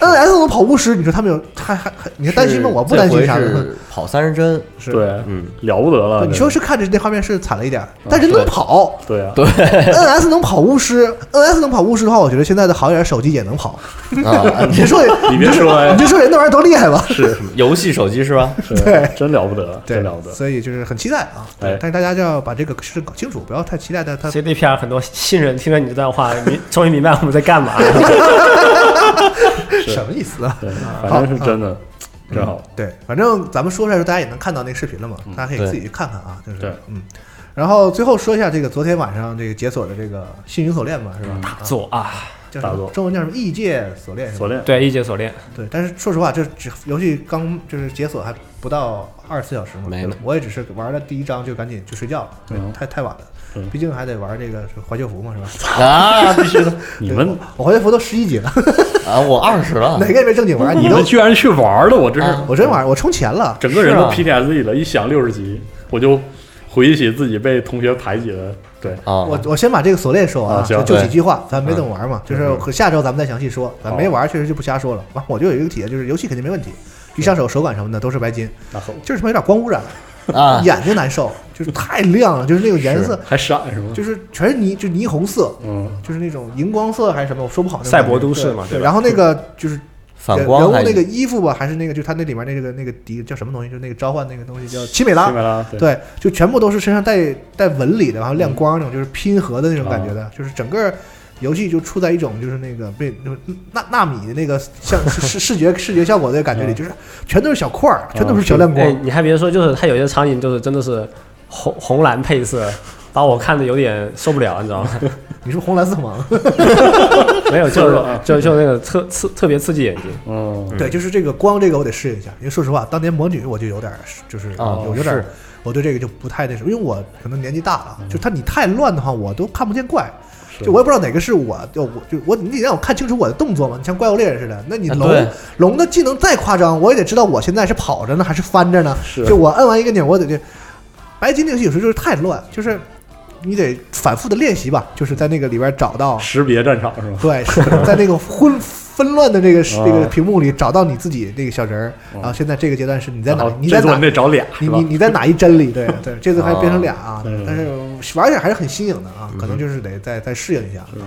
NS 能跑巫师，你说他们有还还还 你还担心吗？
是
我不担心啥
这回
的。
是跑三十帧，
是
对，啊
嗯，
了不得了。
你
这
说
个
是看着那画面是惨了一点儿，但是能
对
跑
对啊，
NS 能跑巫师，NS 能跑巫师的话，我觉得现在的好一点手机也能 跑。
啊，
你说人，
你别说哎呀
你就说人那玩意儿多厉害吧？
是
游戏手机是吧？
是
对，
真了不得，
对
真了不得。
所以就是很期待啊。对
哎，
但是大家就要把这个事搞清楚，不要太期待它它
CDPR 很多新人听了你这段话，明终于明白我们在干嘛。
什么意思啊？
对，反正是真的，真好。
对，反正咱们说出来的时候，大家也能看到那个视频了嘛，大家可以
对
自己去看看啊，就是
嗯对
嗯。然后最后说一下这个昨天晚上这个解锁的这个《星云锁链》吧，
嗯
是吧？大
左啊，
叫什
大
么
作
中文叫什么？异界锁链是吧
锁链
对，一解锁 链，
嗯对，但是说实话，这只游戏刚就是解锁还不到二十四小时嘛，
没呢
我也只是玩了第一章就赶紧就睡觉了，对，
嗯
太太晚了
嗯，
毕竟还得玩这个是怀旧服嘛，是吧？
啊，必须的
你
对
们
我我怀旧服都十一级了，
啊，我二十了
哪，个也没正经玩，
你
都
们居然去玩了，我真是
啊
我真玩，我充钱了，
整个人
是
都
啊
PTSD 了。一想六十级，我就回忆起自己被同学排挤的，对，
啊，
我我先把这个锁链说完
啊行
就就
对
几句话，咱没怎么玩嘛，就是可下周咱们再详细说。咱没玩，确实就不瞎说了。完，我就有一个体验，就是游戏肯定没问题，一上手手感什么的都是白金，
那后
就是他妈有点光污染，
啊，
眼睛难受，就是太亮了，就是那种颜色，
还闪是吗？
就是全是泥，就霓虹色，
嗯，
就是那种荧光色还是什么，我说不好。那种
赛
感
博
觉
都市
对
嘛对
对，
吧
然后那个就是
反
人
光
物
还
那个衣服吧，还是那个，就他那里面那个那个敌叫什么东西，就那个召唤那个东西叫奇美拉，
明白了，啊对，
对，就全部都是身上带带纹理的，然后亮光那种，就是拼合的那种感觉的，就是整个游戏就处在一种就是那个被就是纳纳米的那个像视视视觉视觉效果的感觉里，
嗯
就是全都是小块儿，全都是小亮
哎
光，，
你还别说，就是它有些场景就是真的是红红蓝配色，把我看的有点受不了，你知道吗？
你是不是红蓝色盲？
没有，就
色
是
弱 啊
就就那个特刺特别刺激眼睛。
嗯，
对，就是这个光这个我得适应一下，因为说实话，当年魔女我就有点儿就是
哦
有有点儿
是，嗯
我对这个就不太那什么，因为我可能年纪大了，就它你太乱的话，我都看不见怪。就我也不知道哪个是我，就我就我你得让我看清楚我的动作嘛，你像怪物猎人似的，那你
啊
龙、
对
龙的技能再夸张，我也得知道我现在是跑着呢还是翻着呢。
是
就我摁完一个钮，我得就白金那个游戏有时候就是太乱，就是你得反复的练习吧，就是在那个里边找到
识别战场是吗？
对，是的在那 个混纷乱的这个这个
啊
屏幕里找到你自己那个小人儿，然后现在这个阶段是你在
然
哪
后？
你
这
在
次我
哪
们？得找俩，
你
是吧
你你在哪一帧里？对对，这次还变成俩啊
啊嗯！
但是玩起来还是很新颖的啊，可能
嗯
就是得再再适应一下
是
啊。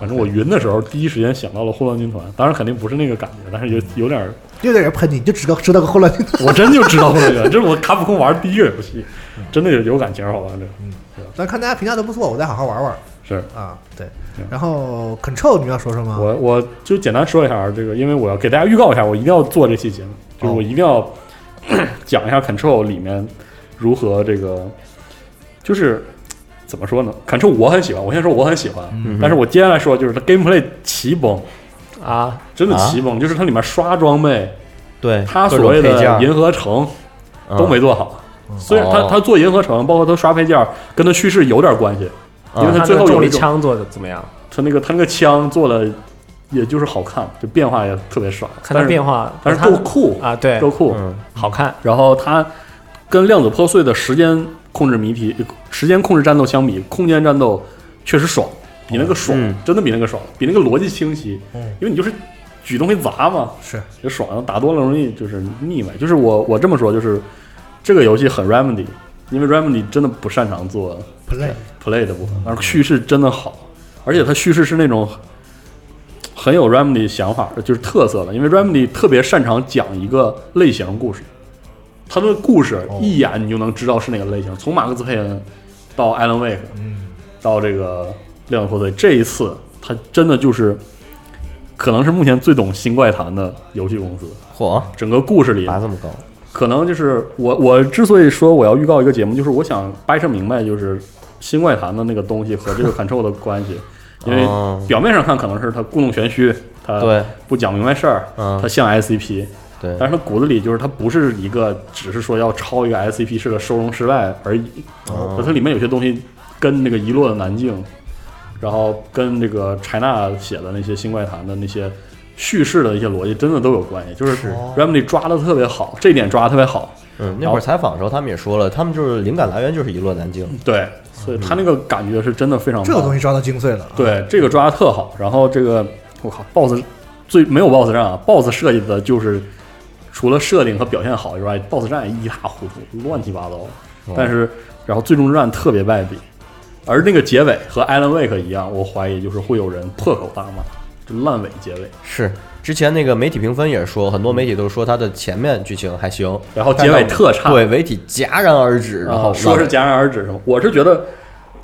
反正我云的时候，第一时间想到了混乱军团，当然肯定不是那个感觉，但是有有点儿，
又得人喷你，你就知道知道个混乱 军团。
我真就知道混乱军团， 这是我卡普空玩的第一个游戏，真的有有感情，好吧？这个
但看大家评价都不错，我再好好玩玩
是
啊。对
嗯，
然后 Control 你要说什么？
我我就简单说一下这个，因为我要给大家预告一下，我一定要做这期节目，就是我一定要、 讲一下 Control 里面如何这个，就是怎么说呢？Control 我很喜欢，我先说我很喜欢，
嗯
但是我接下来说就是它 gameplay 奇崩，
啊，
真的
啊
奇崩，就是它里面刷装备，
对，
它所
各种
谓
配件
的
儿啊
银河城都没做好。虽然它
哦
它做银河城，包括它刷配件儿，跟它叙事有点关系，啊因为
嗯
它
他
最后有
重
一
力
种
枪做的怎么样？
它那个它那个枪做的也就是好看，就变化也特别爽，
看
但
他
是
变化，
但是
他
够酷，
啊，对，
够酷。
嗯
好看，
然后它跟量子破碎的时间控制谜题、时间控制战斗相比，空间战斗确实爽，比那个爽，
嗯
真的比那个爽，比那个逻辑清晰，
嗯
因为你就是举东西砸嘛，
是
就爽，打多了容易就是腻歪。就是我我这么说，就是这个游戏很 Remedy，因为 Remedy 真的不擅长做
Play
play 的部分，而叙事真的好，而且它叙事是那种很有 Remedy 想法，就是特色的，因为 Remedy 特别擅长讲一个类型故事，它的故事
哦
一眼你就能知道是哪个类型，从马克思佩恩到艾伦·威克，
嗯
到这个量子破碎，这一次它真的就是。可能是目前最懂新怪谈的游戏公司，
嚯，
整个故事里
拔这么高，
可能就是我我之所以说我要预告一个节目，就是我想掰扯明白，就是新怪谈的那个东西和这个 control 的关系，因为
哦
表面上看可能是它故弄玄虚，它
对
不讲明白事儿，
嗯
它像 SCP，
对，
但是它骨子里就是它不是一个只是说要抄一个 SCP 式的收容失败而已，
哦
它里面有些东西跟那个遗落的南境，然后跟这个柴纳写的那些新怪谈的那些叙事的一些逻辑真的都有关系，就是
是
Remedy 抓的特别好，这一点抓的特别好，
嗯，那会
然后
儿采访的时候他们也说了，他们就是灵感来源就是一落南京，
对，所以他那个感觉是真的非常棒。
这个东西抓到精髓了啊。
对这个抓的特好。然后这个我靠，BOSS 最没有 BOSS 战啊，BOSS 设计的就是除了设定和表现好以外，BOSS 战一塌糊涂，乱七八糟。
哦
但是然后最终之战特别败笔，而那个结尾和 Alan Wake 一样，我怀疑就是会有人破口大骂，就烂尾结尾。
是之前那个媒体评分也说，很多媒体都说它的前面剧情还行，
然后结尾特差，
对，尾体戛然而止，然
然
后
后啊说是戛然而止什么，我是觉得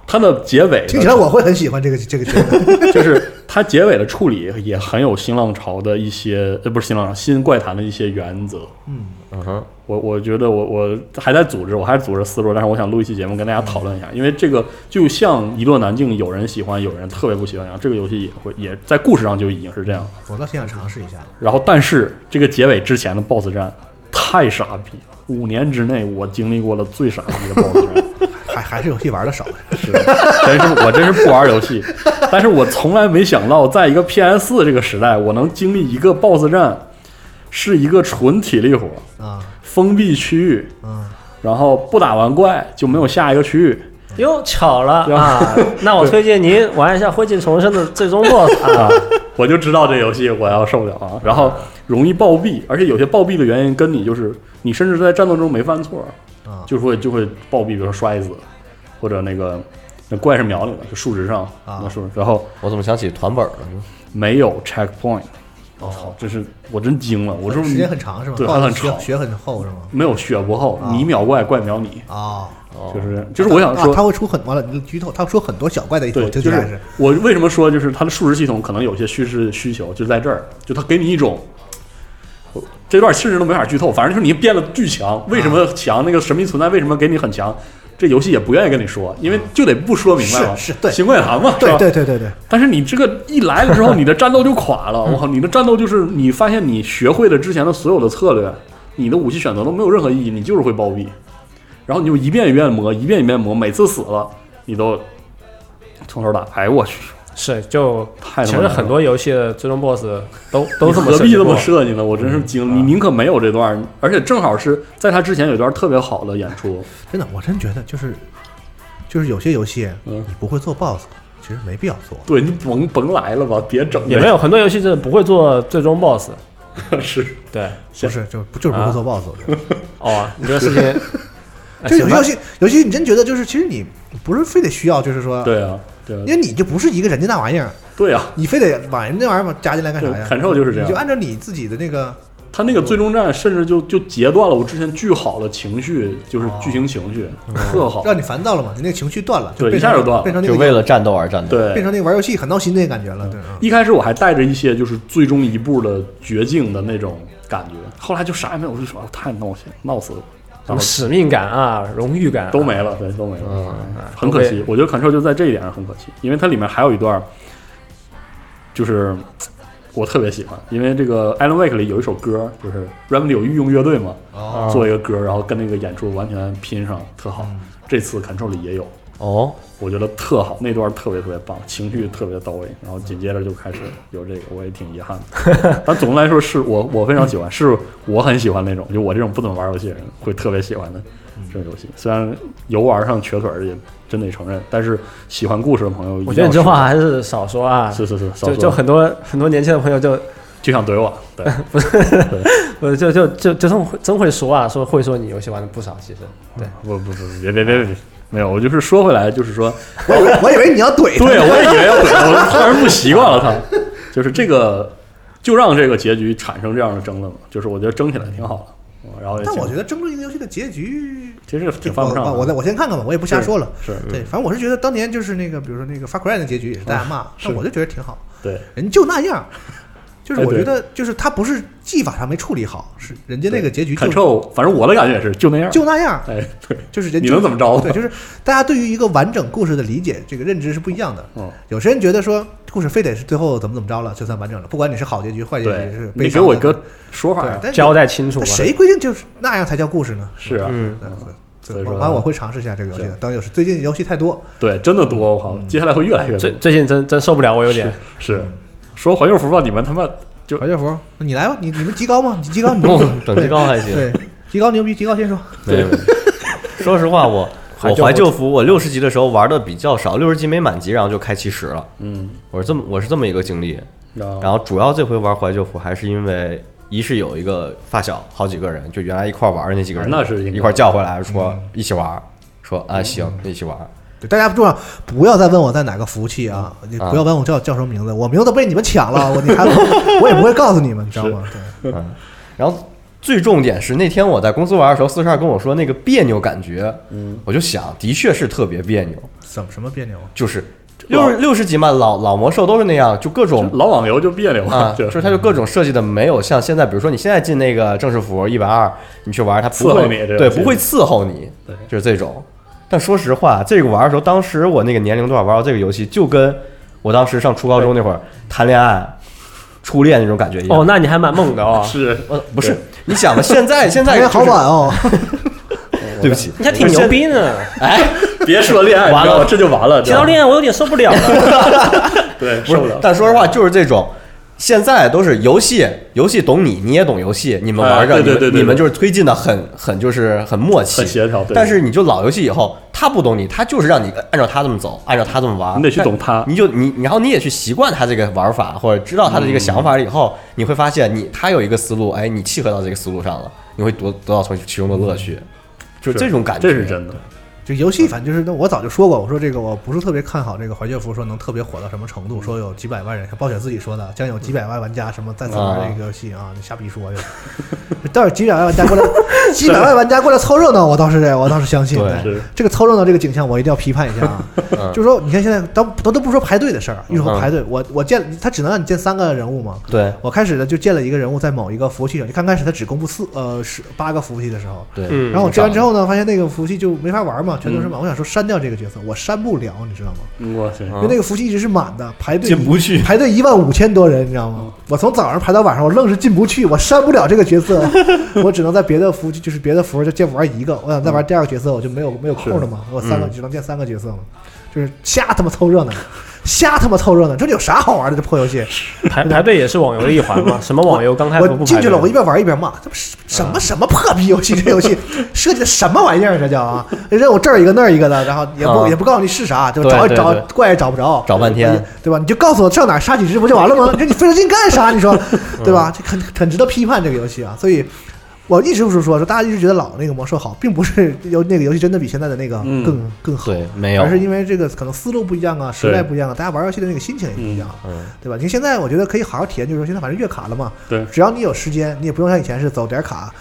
它的结尾的
听起来我会很喜欢这个这个节目。
就是它结尾的处理也很有新浪潮的一些，呃，不是新浪潮，新怪谈的一些原则。
嗯哼，
我我觉得我我还在组织，我还组织思路，但是我想录一期节目跟大家讨论一下，因为这个就像《一落难境》，有人喜欢，有人特别不喜欢一样，这个游戏也会也在故事上就已经是这样了。
我倒挺想尝试一下的。
然后，但是这个结尾之前的 BOSS 战太傻逼，五年之内我经历过了最傻逼的 BOSS 战。
还还是游戏玩的 少，
真是我真是不玩游戏，但是我从来没想到，在一个 PS 这个时代，我能经历一个 BOSS 战，是一个纯体力活，
啊
封闭区域，
啊，
然后不打完怪就没有下一个区域
哟，巧了
哟
啊！那我推荐您玩一下《灰烬重生》的 最终 BOSS 啊
啊，我就知道这游戏我要受不了啊，然后容易暴毙，而且有些暴毙的原因跟你就是你甚至在战斗中没犯错
啊，
就会就会暴毙，比如说摔死，或者那个那怪是瞄你的，就数值上
啊
那数，然后
我怎么想起团本了呢？
没有 checkpoint。我操！这是我真惊了，我说
哦时间很长是吗？
对
报
还很
学
长
学很厚是吗？
没有血不厚，
啊
你秒怪怪秒你，
哦，
就是就是我想
啊他
说，
会出很完了，你剧透，他出很多小怪的一头，
对，
听
就
起来
是
是
我为什么说就是它的数值系统可能有些叙事需求就在这儿，就它给你一种。我这段甚至都没法剧透，反正就是你变得巨强，为什么强？那个神秘存在为什么给你很强？这游戏也不愿意跟你说，因为就得不说明白嘛，
是是对
行怪谈嘛，是吧
对对对对对，
但是你这个一来了之后，你的战斗就垮 了。我靠，你的战斗就是你发现你学会了之前的所有的策略，你的武器选择都没有任何意义，你就是会暴毙。然后你就一遍一遍磨，一遍一遍磨，每次死了你都从头打。哎，我去，
是就
太他妈
其
难了
实很多游戏的最终 BOSS 都都这么
你何必
设计
这
过
么设计呢？我真是惊 了，你宁可没有这段儿，而且正好是在他之前有一段特别好的演出。
真的，我真觉得就是就是有些游戏
嗯
你不会做 BOSS，其实没必要做。
对你甭甭来了吧，别整
也没有很多游戏真的不会做最终 BOSS。
有是啊
对，
不是，就不就是不 会做 BOSS，我觉得。
哦，你这个事情，哎
就有
行
些
吧
游戏，游戏你真觉得就是，其实你不是非得需要，就是说，
对啊，对啊
因，为你就不是一个人家那玩意儿，
对啊，
你非得把人家玩意儿加进来干
对
啥呀？
，Control 就是这
你就
样。
按照你自己的那个，
他那个最终战甚至就就截断了我之前巨好的情绪，就是
哦
剧情情绪，特好。
让你烦躁了嘛，你那个情绪断了，就
对
变
一下
成
就断了
变成那
就
个
为了战斗而战斗。
对嗯
变，成那个玩游戏很闹心那感觉了，对啊。
一开始我还带着一些就是最终一步的绝境的那种感觉，后来就啥也没有，我就说啊太闹心，闹死了，
什么使命感啊、荣誉感啊
都没了，对，都没了，
哎
嗯
很可惜。我觉得 Control 就在这一点上很可惜，因为它里面还有一段，就是我特别喜欢，因为这个 Alan Wake 里有一首歌，就是 Remedy 有御用乐队嘛，
哦嗯
做一个歌，然后跟那个演出完全拼上，特好。这次 Control 里也有，
哦，
我觉得特好，那段特别特别棒，情绪特别到位，然后紧接着就开始有这个，我也挺遗憾的。 但总的来说，是我我非常喜欢，是我很喜欢那种，就我这种不怎么玩游戏的人会特别喜欢的这种游
嗯
戏。虽然游玩上瘸腿儿也真得承认，但是喜欢故事的朋友一定要试，
我觉得你这话还是少说啊，
是是是，少
就
说
就很多很多年轻的朋友就
就想怼我， 对，
呃就就就就真会真会说啊，说会说你游戏玩的不少，其实对，
不不不，别别别别，没有，我就是说回来，就是说。
我以为我以为你要怼他，
对，啊我也以为要怼他，我突然不习惯了他。就是这个，就让这个结局产生这样的争论嘛。就是我觉得争起来挺好的，嗯然后也
但
挺
我觉得争论一个游戏的结局，
其实挺犯
我
不上的。
我我再我先看看吧，我也不瞎说了。
是嗯
对，反正我是觉得当年就是那个，比如说那个 Far Cry 的结局也是大家骂，但
哦是
我就觉得挺好，
对
人就那样。就是
哎
我
对
觉得，就是他不是技法上没处理好，是人家那个结局就
control，反正我的感觉也是就那样。
就那样，
哎，对，
就是人
你能怎么着
对，就是大家对于一个完整故事的理解，这个认知是不一样的。
嗯，
有些人觉得说故事非得是最后怎么怎么着了就算完整了，不管你是好结局坏结
对
局是，悲
你给
伤的
我一个说法
对
呀，。
但是
交代清楚
那
吧。
谁规定就是那样才叫故事呢？
是啊，
嗯，
对对
所以
对
说
完我会尝试一下这个游戏的。当然有时最近游戏太多，
对，真的多，我靠，
嗯
接下来会越来越多
最。最近真真受不了，我有点
是，说环球服吧，你们他妈就
白教福，那你来吧，你你们极高吗？你极高，你
嗯等级高还行。
对，极高牛逼，极高先说。
没 有。说实话，我我怀旧服，我六十级的时候玩的比较少，六十级没满级，然后就开七十了。
嗯，哦
我是这么我是这么一个经历。
然后
然后主要这回玩怀旧服，还是因为一是有一个发小，好几个人，就原来一块玩的那几个人，
啊那是应该嗯
一块叫回来说一起玩，说啊行，一起玩。
对，大家重要，不要再问我在哪个服务器啊！你不要问我叫叫什么名字，我名字都被你们抢了，我你还我也不会告诉你们，你知道吗？对，
然后最重点是那天我在公司玩的时候，四十二跟我说那个别扭感觉，嗯，我就想的确是特别别扭，
怎么什么别扭啊？
就是六十六十级嘛，老老魔兽都是那样，就各种
老网游就别扭
啊，
了，
就是它就各种设计的没有像现在，比如说你现在进那个正式服一百二，你去玩它不
伺候
会
你这
对
游戏
不会伺候你
对，
就是这种。但说实话，这个玩的时候，当时我那个年龄段玩到这个游戏，就跟我当时上初高中那会儿谈恋爱、初恋那种感觉一样。
哦，那你还蛮猛的哦，
是
呃，不是，你想吧，现在现在
哎，好
就是
晚哦，
对不起，
你还挺牛逼呢。
哎，
别说恋爱，
完了
你知道吗这就完了，
提到恋爱，我有点受不了了。
爱，对，
不
受
是
不了，。
但说实话，就是这种。现在都是游戏，游戏懂你，你也懂游戏，你们玩着，
哎对对对
你
对
们你们就是推进的很很就是很默契，
很协调对
但是你就老游戏以后，他不懂你，他就是让你按照他这么走，按照他这么玩，
你得去懂他
但你就你，然后你也去习惯他这个玩法，或者知道他的这个想法以后，
嗯
你会发现你他有一个思路，哎，你契合到这个思路上了，你会得得到从其中的乐趣，就是这种感觉，
这是真的。
就游戏，反正就是，那我早就说过，我说这个我不是特别看好这个怀旧服，说能特别火到什么程度，说有几百万人，像暴雪自己说的，将有几百万玩家什么再次玩这个游戏啊，你瞎逼说 的。倒是几百万玩家过来，几百万玩家过来凑热闹，我倒是我倒是相信。
对
是
这个凑热闹这个景象，我一定要批判一下啊。
嗯
就是说，你看现在都都都不说排队的事儿，啊一说
嗯
排队，我我见他只能让你见三个人物嘛，
对
我开始呢就建了一个人物在某一个服务器上，就刚开始他只公布四呃十八个服务器的时候，
对，
嗯
然后我建完之后呢，发现那个服务器就没法玩
嗯
嘛，全都是满。我想说删掉这个角色，我删不了，你知道吗？
我
嗯
去，
因为那个服务器一直是满的，排队
进不去嗯
排队一万五千多人，你知道吗？我从早上排到晚上，我愣是进不去，我删不了这个角色， 我只能在别的服务器，就是别的服务就见玩一个，我想再玩第二个角色，我就没有没有空了嘛，我
嗯
三个只能见三个角色嘛，就是瞎他妈凑热闹，瞎他妈凑热闹，这里有啥好玩的？这破游戏，
排排队也是网游的一环嘛，什么网游刚开始
我
不排队
进去了，我一边玩一边骂，这不是什么什么破逼游戏，这游戏设计的什么玩意儿？这叫啊，任务这儿一个那儿一个的，然后也不
啊
也不告诉你是啥，就
对
找
对
找
对
怪也找不着，呃
找半天，
对吧？你就告诉我上哪儿杀几只不就完了吗？你说你费这劲干啥？你说对吧？这很很值得批判这个游戏啊，所以。我一直不是说说大家一直觉得老那个魔兽好，并不是游那个游戏真的比现在的那个
嗯
更、更好，
对，没有，
而是因为这个可能思路不一样啊，时代
对
不一样啊，大家玩游戏的那个心情也不一样，啊
嗯
对吧？你现在我觉得可以好好体验，就是说现在反正月卡了嘛，
对
只要你有时间，你也不用像以前是走点卡。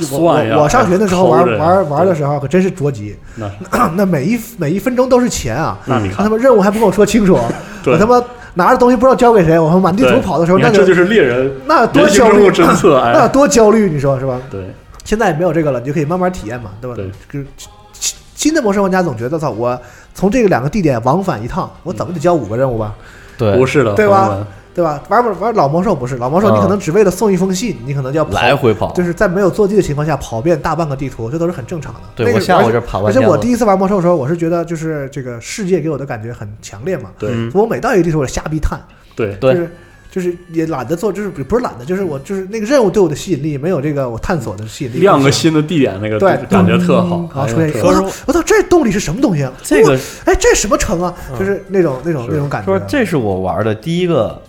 算呀
我我上学的 时候
抠
玩
着呀
玩玩的
对
时候可真是着急，
那是
那每一每一分钟都是钱啊！
那你
他
看，
他妈任务还不跟我说清楚，
对
我他妈拿着东西不知道交给谁，我他妈满地图跑的时候，
你
那
看这
就
就是猎人
那多
人性
焦
之
虑
路，侦测，
那
哎，
多焦虑，你说是吧？
对，
现在没有这个了，你就可以慢慢体验嘛，对吧？
对
就是新新的模式玩家总觉得操，我从这个两个地点往返一趟，我怎么得交五个任务吧，
对，
不是的，
对吧
朋友们？
对吧？玩玩玩老魔兽不是老魔兽，
嗯
你可能只为了送一封信，你可能就要跑
来回跑，
就是在没有坐骑的情况下跑遍大半个地图，这都是很正常的。
对
那个
我像
而且
我这跑半
而且
天
我
了
第一次玩魔兽的时候，我是觉得就是这个世界给我的感觉很强烈嘛。
对
嗯
我每到一个地图，我就瞎逼探，
对
对
就是就是也懒得做，就是不不是懒得，就是我就是那个任务对我的吸引力没有这个我探索的吸引力。
亮个，新的地点，那个
对嗯
感觉特好，
然后出
哎呀
现一
特
个，
好
我操，我操，这洞里是什么东西啊？
这个
哇哎，这什么城啊？就是那种那种
嗯是
那种感觉啊
说。这是我玩的第一个，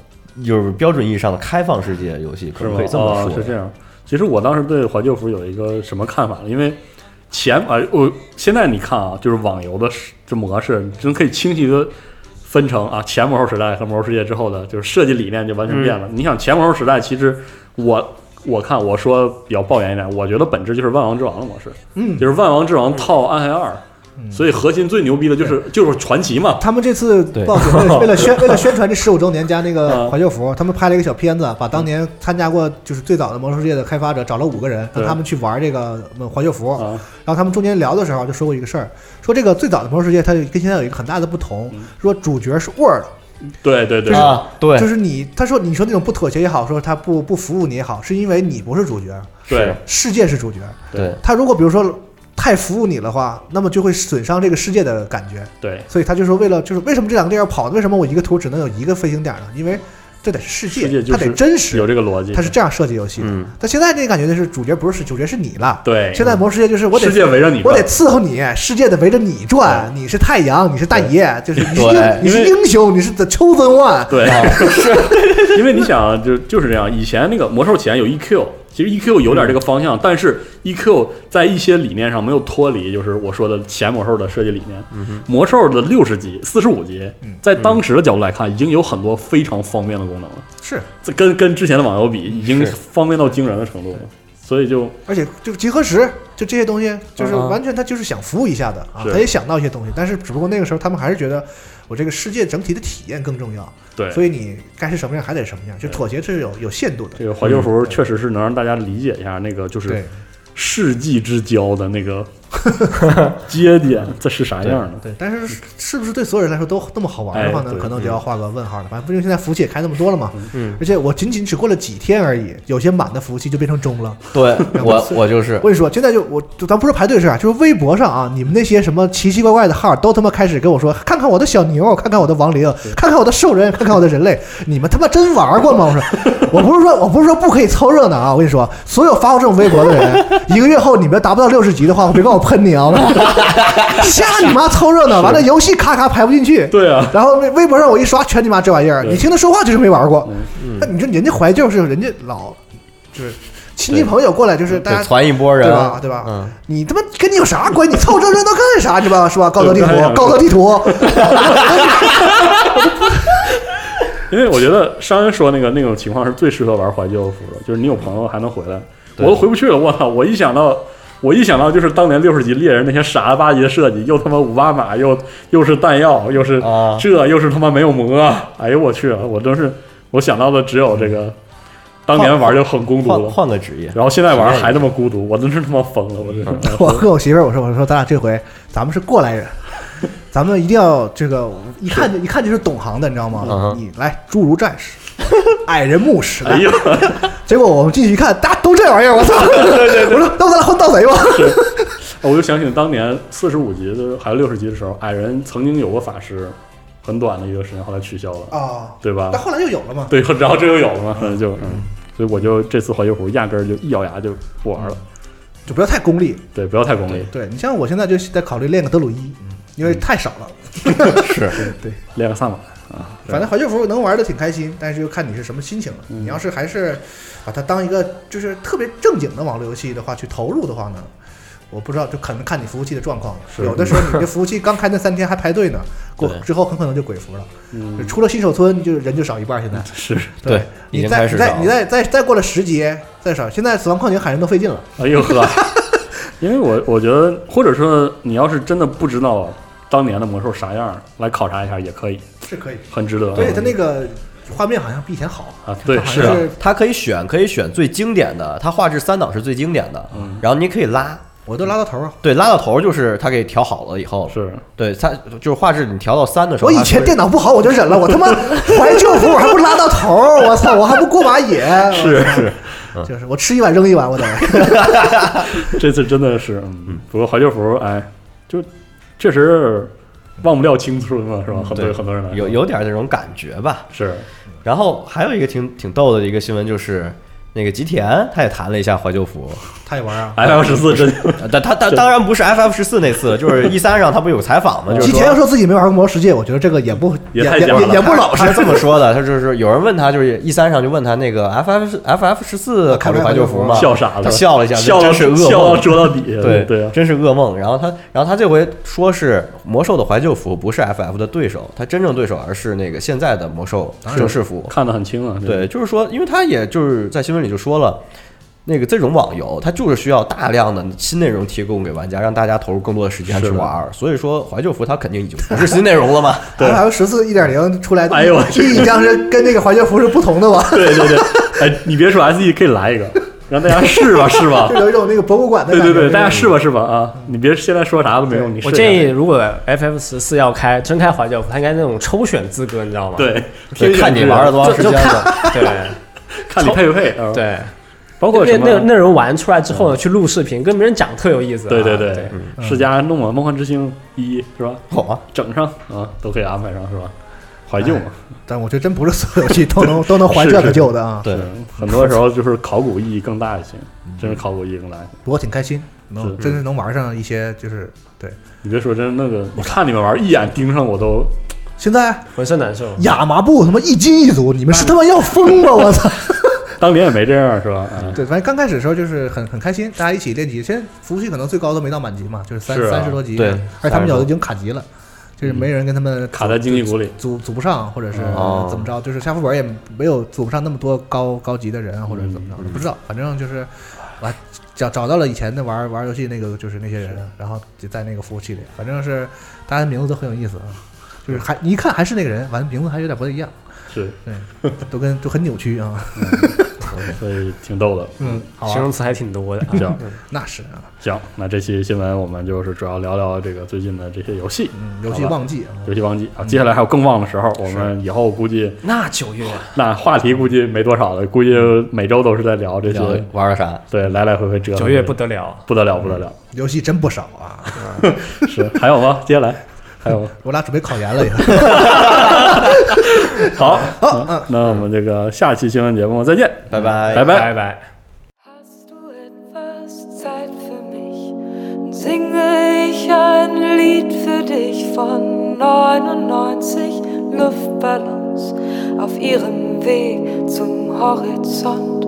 就是标准意义上的开放世界游戏，可
是
能
吗？
可以这么
哦，是这
说。
样。其实我当时对怀旧服有一个什么看法呢？因为前啊，我现在你看啊，就是网游的这模式，你真可以清晰的分成啊，前魔兽时代和魔兽世界之后的，就是设计理念就完全变了。
嗯
你想前魔兽时代，其实我我看我说比较抱怨一点，我觉得本质就是万王之王的模式，
嗯
就是万王之王套暗黑二，所以核心最牛逼的就是就是传奇嘛，
他们这次
对
暴雪为了为了 宣为了宣传这十五周年加那个
嗯
怀旧服，他们拍了一个小片子，啊把当年参加过就是最早的《魔兽世界》的开发者找了五个人，让
对
他们去玩这个呃怀旧服。
啊，
然后他们中间聊的时候就说过一个事儿，说这个最早的《魔兽世界》它有跟现在有一个很大的不同，说主角是 Word，
对对嗯对，
啊，对
就，是你他说你说那种不妥协也好，说他不不服务你也好，是因为你不是主角，
对
世界是主角。
对，
他如果比如说太服务你的话，那么就会损伤这个世界的感觉。
对
所以他就说，为了就是为什么这两个地方跑呢？为什么我一个图只能有一个飞行点呢？因为这得是世界，
世界就
它得
是
真
有
实，
这个逻辑，
它是这样设计游戏的。
嗯
但现在这个感觉就是主角不是主角是你了。
对，
现在魔兽世界就是我
世
得
界围着你
我
转
得伺候你，世界得围着你转，你是太阳，你是大爷，就是你是
对
英你是
因为
英雄，你是 the chosen one。
对， 因为你想啊，就就是这样。以前那个魔兽前有 EQ，其实 EQ 有点这个方向，但是 EQ 在一些理念上没有脱离，就是我说的前魔兽的设计理念。魔兽的六十级、四十五级，在当时的角度来看，已经有很多非常方便的功能了。
是，
这跟跟之前的网游比，已经
是
方便到惊人的程度了。所以就
而且就集合时，就这些东西，就是
嗯嗯
完全他就是想服务一下的啊，
是
他也想到一些东西，但是只不过那个时候他们还是觉得我这个世界整体的体验更重要，
对，
所以你该是什么样还得什么样，就妥协是有有限度的
这。个怀旧服确实是能让大家理解一下那个就是
对
世纪之交的那个节点，这是啥样的？
对，但是是不是对所有人来说都那么好玩的话
哎
呢？
对
可能就要画个问号了。反正毕竟现在服务器也开那么多了嘛，
嗯，
而且我仅仅只过了几天而已，有些满的服务器就变成中了。
对 我我就是
我跟你说，现在就我就咱不是排队的事啊，就是微博上啊，你们那些什么奇奇怪怪的号都他妈开始跟我说，看看我的小牛，看看我的亡灵，看看我的兽人，看看我的人类，你们他妈真玩过吗？我说，我不是说我不是说不可以凑热闹啊，我跟你说，所有发过这种微博的人，一个月后你们达不到六十级的话，我别跟我喷你啊！瞎你妈凑热闹，完了游戏咔咔排不进去，
对啊，
然后微微博上我一刷，全你妈这玩意儿，
对
你听他说话就是没玩过。那你说人家怀旧是人家老，就是亲戚
对
朋友过来，就是大
得
家
传一波人
对吧对吧
嗯，
你他妈跟你有啥关系？你凑这热闹干啥？你知道吧？是吧？高德地
对我刚才
啊
想
图，高德地图，
因为我觉得商人说那个那种情况是最适合玩怀旧服的，就是你有朋友还能回来，我
对
都回不去了。我操！我一想到，我一想到就是当年六十级猎人那些傻了吧唧的设计，又他妈五八马，又又是弹药，又是
啊
这，又是他妈没有魔。哎呦我去了，我真是我想到的只有这个，当年玩就很孤独
嗯换嗯
了，
换个职业，
然后现在玩还那么孤独，我真是他妈疯了，我真
嗯
是。
我跟我媳妇儿我说我说咱俩这回咱们是过来人，咱们一定要这个一看就一看就是懂行的，你知道
嗯
吗？
哼
你来侏儒战士、矮人 牧师，
哎
来
呦，
结果我们进去一看，大家都这玩意儿，我操！ 我说那我咱俩换盗贼吧。
我就想起当年四十五级的还有六十级的时候，矮人曾经有过法师，很短的一个时间，后来取消了，
啊，
对吧？
但后来又有了嘛。
对，然后这又有了嘛，嗯就嗯，所以我就这次怀旧服压根儿就一咬牙就不玩了。
就不要太功利。
嗯对，不要太功利，
对你像我现在就在考虑练个德鲁伊，因为太少了。
是
练个萨满。
反正怀旧服能玩的挺开心，但是就看你是什么心情了。
嗯
你要是还是把它当一个就是特别正经的网络游戏的话去投入的话呢，我不知道，就可能看你服务器的状况。
是
有的时候你这服务器刚开那三天还排队呢，过
对
之后很可能就鬼服了。
嗯，
出了新手村，就人就少一半。现在
是，
对，已
你
经
再
开
你
始
再
找
你再再再过了十节再少，现在死亡矿井喊人都费劲了。
哎呦呵， 因为我我觉得，或者说你要是真的不知道当年的魔兽啥样，来考察一下也可以，
是可以，
很值得。
而且它那个画面好像比以前好。
啊，对
它，好
是
像
啊
是，
它可以选，可以选最经典的，它画质三档是最经典的，
嗯
然后你可以拉，
我都拉到头了。
对，拉到头就是它给调好了以后，
是啊
对它就是画质你调到三的时候，
我以
它是
前电脑不好我就忍了，我他妈 怀旧服我还不拉到头儿，我操，我还不过把瘾。是是， 就是我吃一碗扔一碗，我得。
这次真的是，嗯，不过怀旧服，哎，就确实忘不了青春嘛，是吧？很多
对
很多人来说
有有点那种感觉吧。
是，
然后还有一个挺挺逗的一个新闻就是。那个吉田他也谈了一下怀旧服，
他也玩啊。
F 十四真的
呃但他当当然不是 FF 十四那次，就是 E 三上他不是有采访吗？就是
提
说
前要说自己没玩过《魔兽世界》，我觉得这个也不
也
也
太
也
假了
也也不老实
他。是这么说的，他就是有人问他，就是 E 三上就问他那个 FF FF 十四考虑怀旧服吗？
笑傻了，
他笑了一下，
笑
这
到
真是噩
笑到
梦，
说到底，对
对
啊，
真是噩梦。然后他，然后他这回说是魔兽的怀旧服不是 FF 的对手，他真正对手而是那个现在的魔兽正式服。
看得很清啊，
对，就是说，因为他也就是在新闻里就说了。那个这种网游，它就是需要大量的新内容提供给玩家，让大家投入更多的时间
是
去
的
玩儿。所以说，怀旧服它肯定已经不是新内容 了嘛。
对
F 十四一点零出来，
哎呦我
这已经是跟那个怀旧服是不同的 吧？
对对对，哎，你别说 S E 可以来一个，让大家试吧试吧
就，有一种那个博物馆的
对对
感觉。
对，大家试吧试吧啊，你别现在说啥都没用，你试
我
一下
建议，如果 FF 十四要开真开怀旧服，它应该那种抽选资格，你知道吗？
对，
对，看你玩了多长时间了。
对
看你配不配啊，，
对，
包括
那
什
那
么。嗯
内容玩出来之后呢，去录视频，跟别人讲特有意思啊。
对对
对
对，世嘉弄啊，《梦幻之星一》是吧？
好啊，
整上啊，都可以安排上是吧？怀旧嘛，
但我觉得真不是所有游戏都能都能怀这个旧的啊。
对
是，很多时候就是考古意义更大一些，真是考古意义更大一些。
不过挺开心，能
是
真是能玩上一些，就是对。
你别说，真那个，我看你们玩，一眼盯上我都
现在啊
浑身难受。
亚麻布他妈一金一足，你们是他妈要疯吧？我操！
当年也没这样是吧？啊，
对，反正刚开始的时候就是很很开心，大家一起练级。现在服务器可能最高都没到满级嘛，就是三
是啊
三十多级，
对
而且他们有的已经卡级了，就是没人跟他们
嗯卡在经济谷里，
组组不上，或者是、
哦
怎么着，就是下副本也没有组不上那么多高高级的人，或者怎么着，
嗯嗯
不知道。反正就是我还找找到了以前的玩玩游戏那个就是那些
啊
人，然后就在那个服务器里，反正是大家名字都很有意思啊，就是还你一看还是那个人，完名字还有点不太一样，
是，
对，都跟都很扭曲啊，
所以挺逗的。
嗯，好
形
玩，
容词还挺多的啊。
行
那是啊，
行，那这期新闻我们就是主要聊聊这个最近的这些游戏，
嗯，游戏
好吧
旺季啊。
游戏旺季啊。接下来还有更旺的时候，我们以后估计
那九月啊，
那话题估计没多少了，估计每周都是在聊这些，
玩了啥？
对，来来回回折腾。
九月不得了，
不得了，不得了，
游戏真不少啊！
是 还有吗？接下来还有吗？
我俩准备考研了也。
好，
好，嗯，
那我们这个下期新闻节目再见，
拜哎拜
拜拜。
拜拜。
Hast du etwas Zeit für mich? Dann Singe ich ein Lied für dich von 99 Luftballons auf ihrem Weg zum Horizont.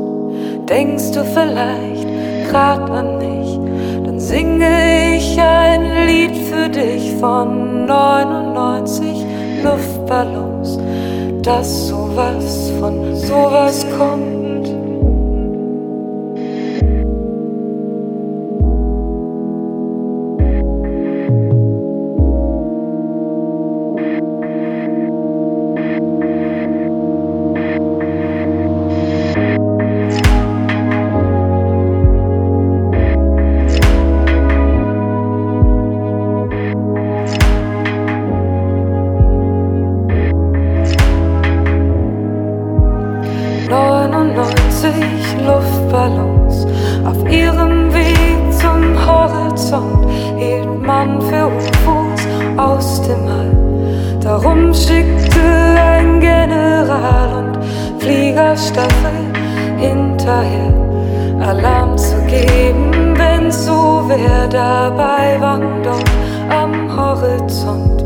Denkst du vielleicht grad an mich? Dann singe ich ein Lied für dich von 99 Luftballons, dass sowas von sowas kommt. neunundneunzig Luftballons auf ihrem Weg zum Horizont hielt man für UFOs aus dem All. Darum schickte ein General und Fliegerstaffel hinterher, Alarm zu geben, wenn's so wär. Dabei waren dort am Horizont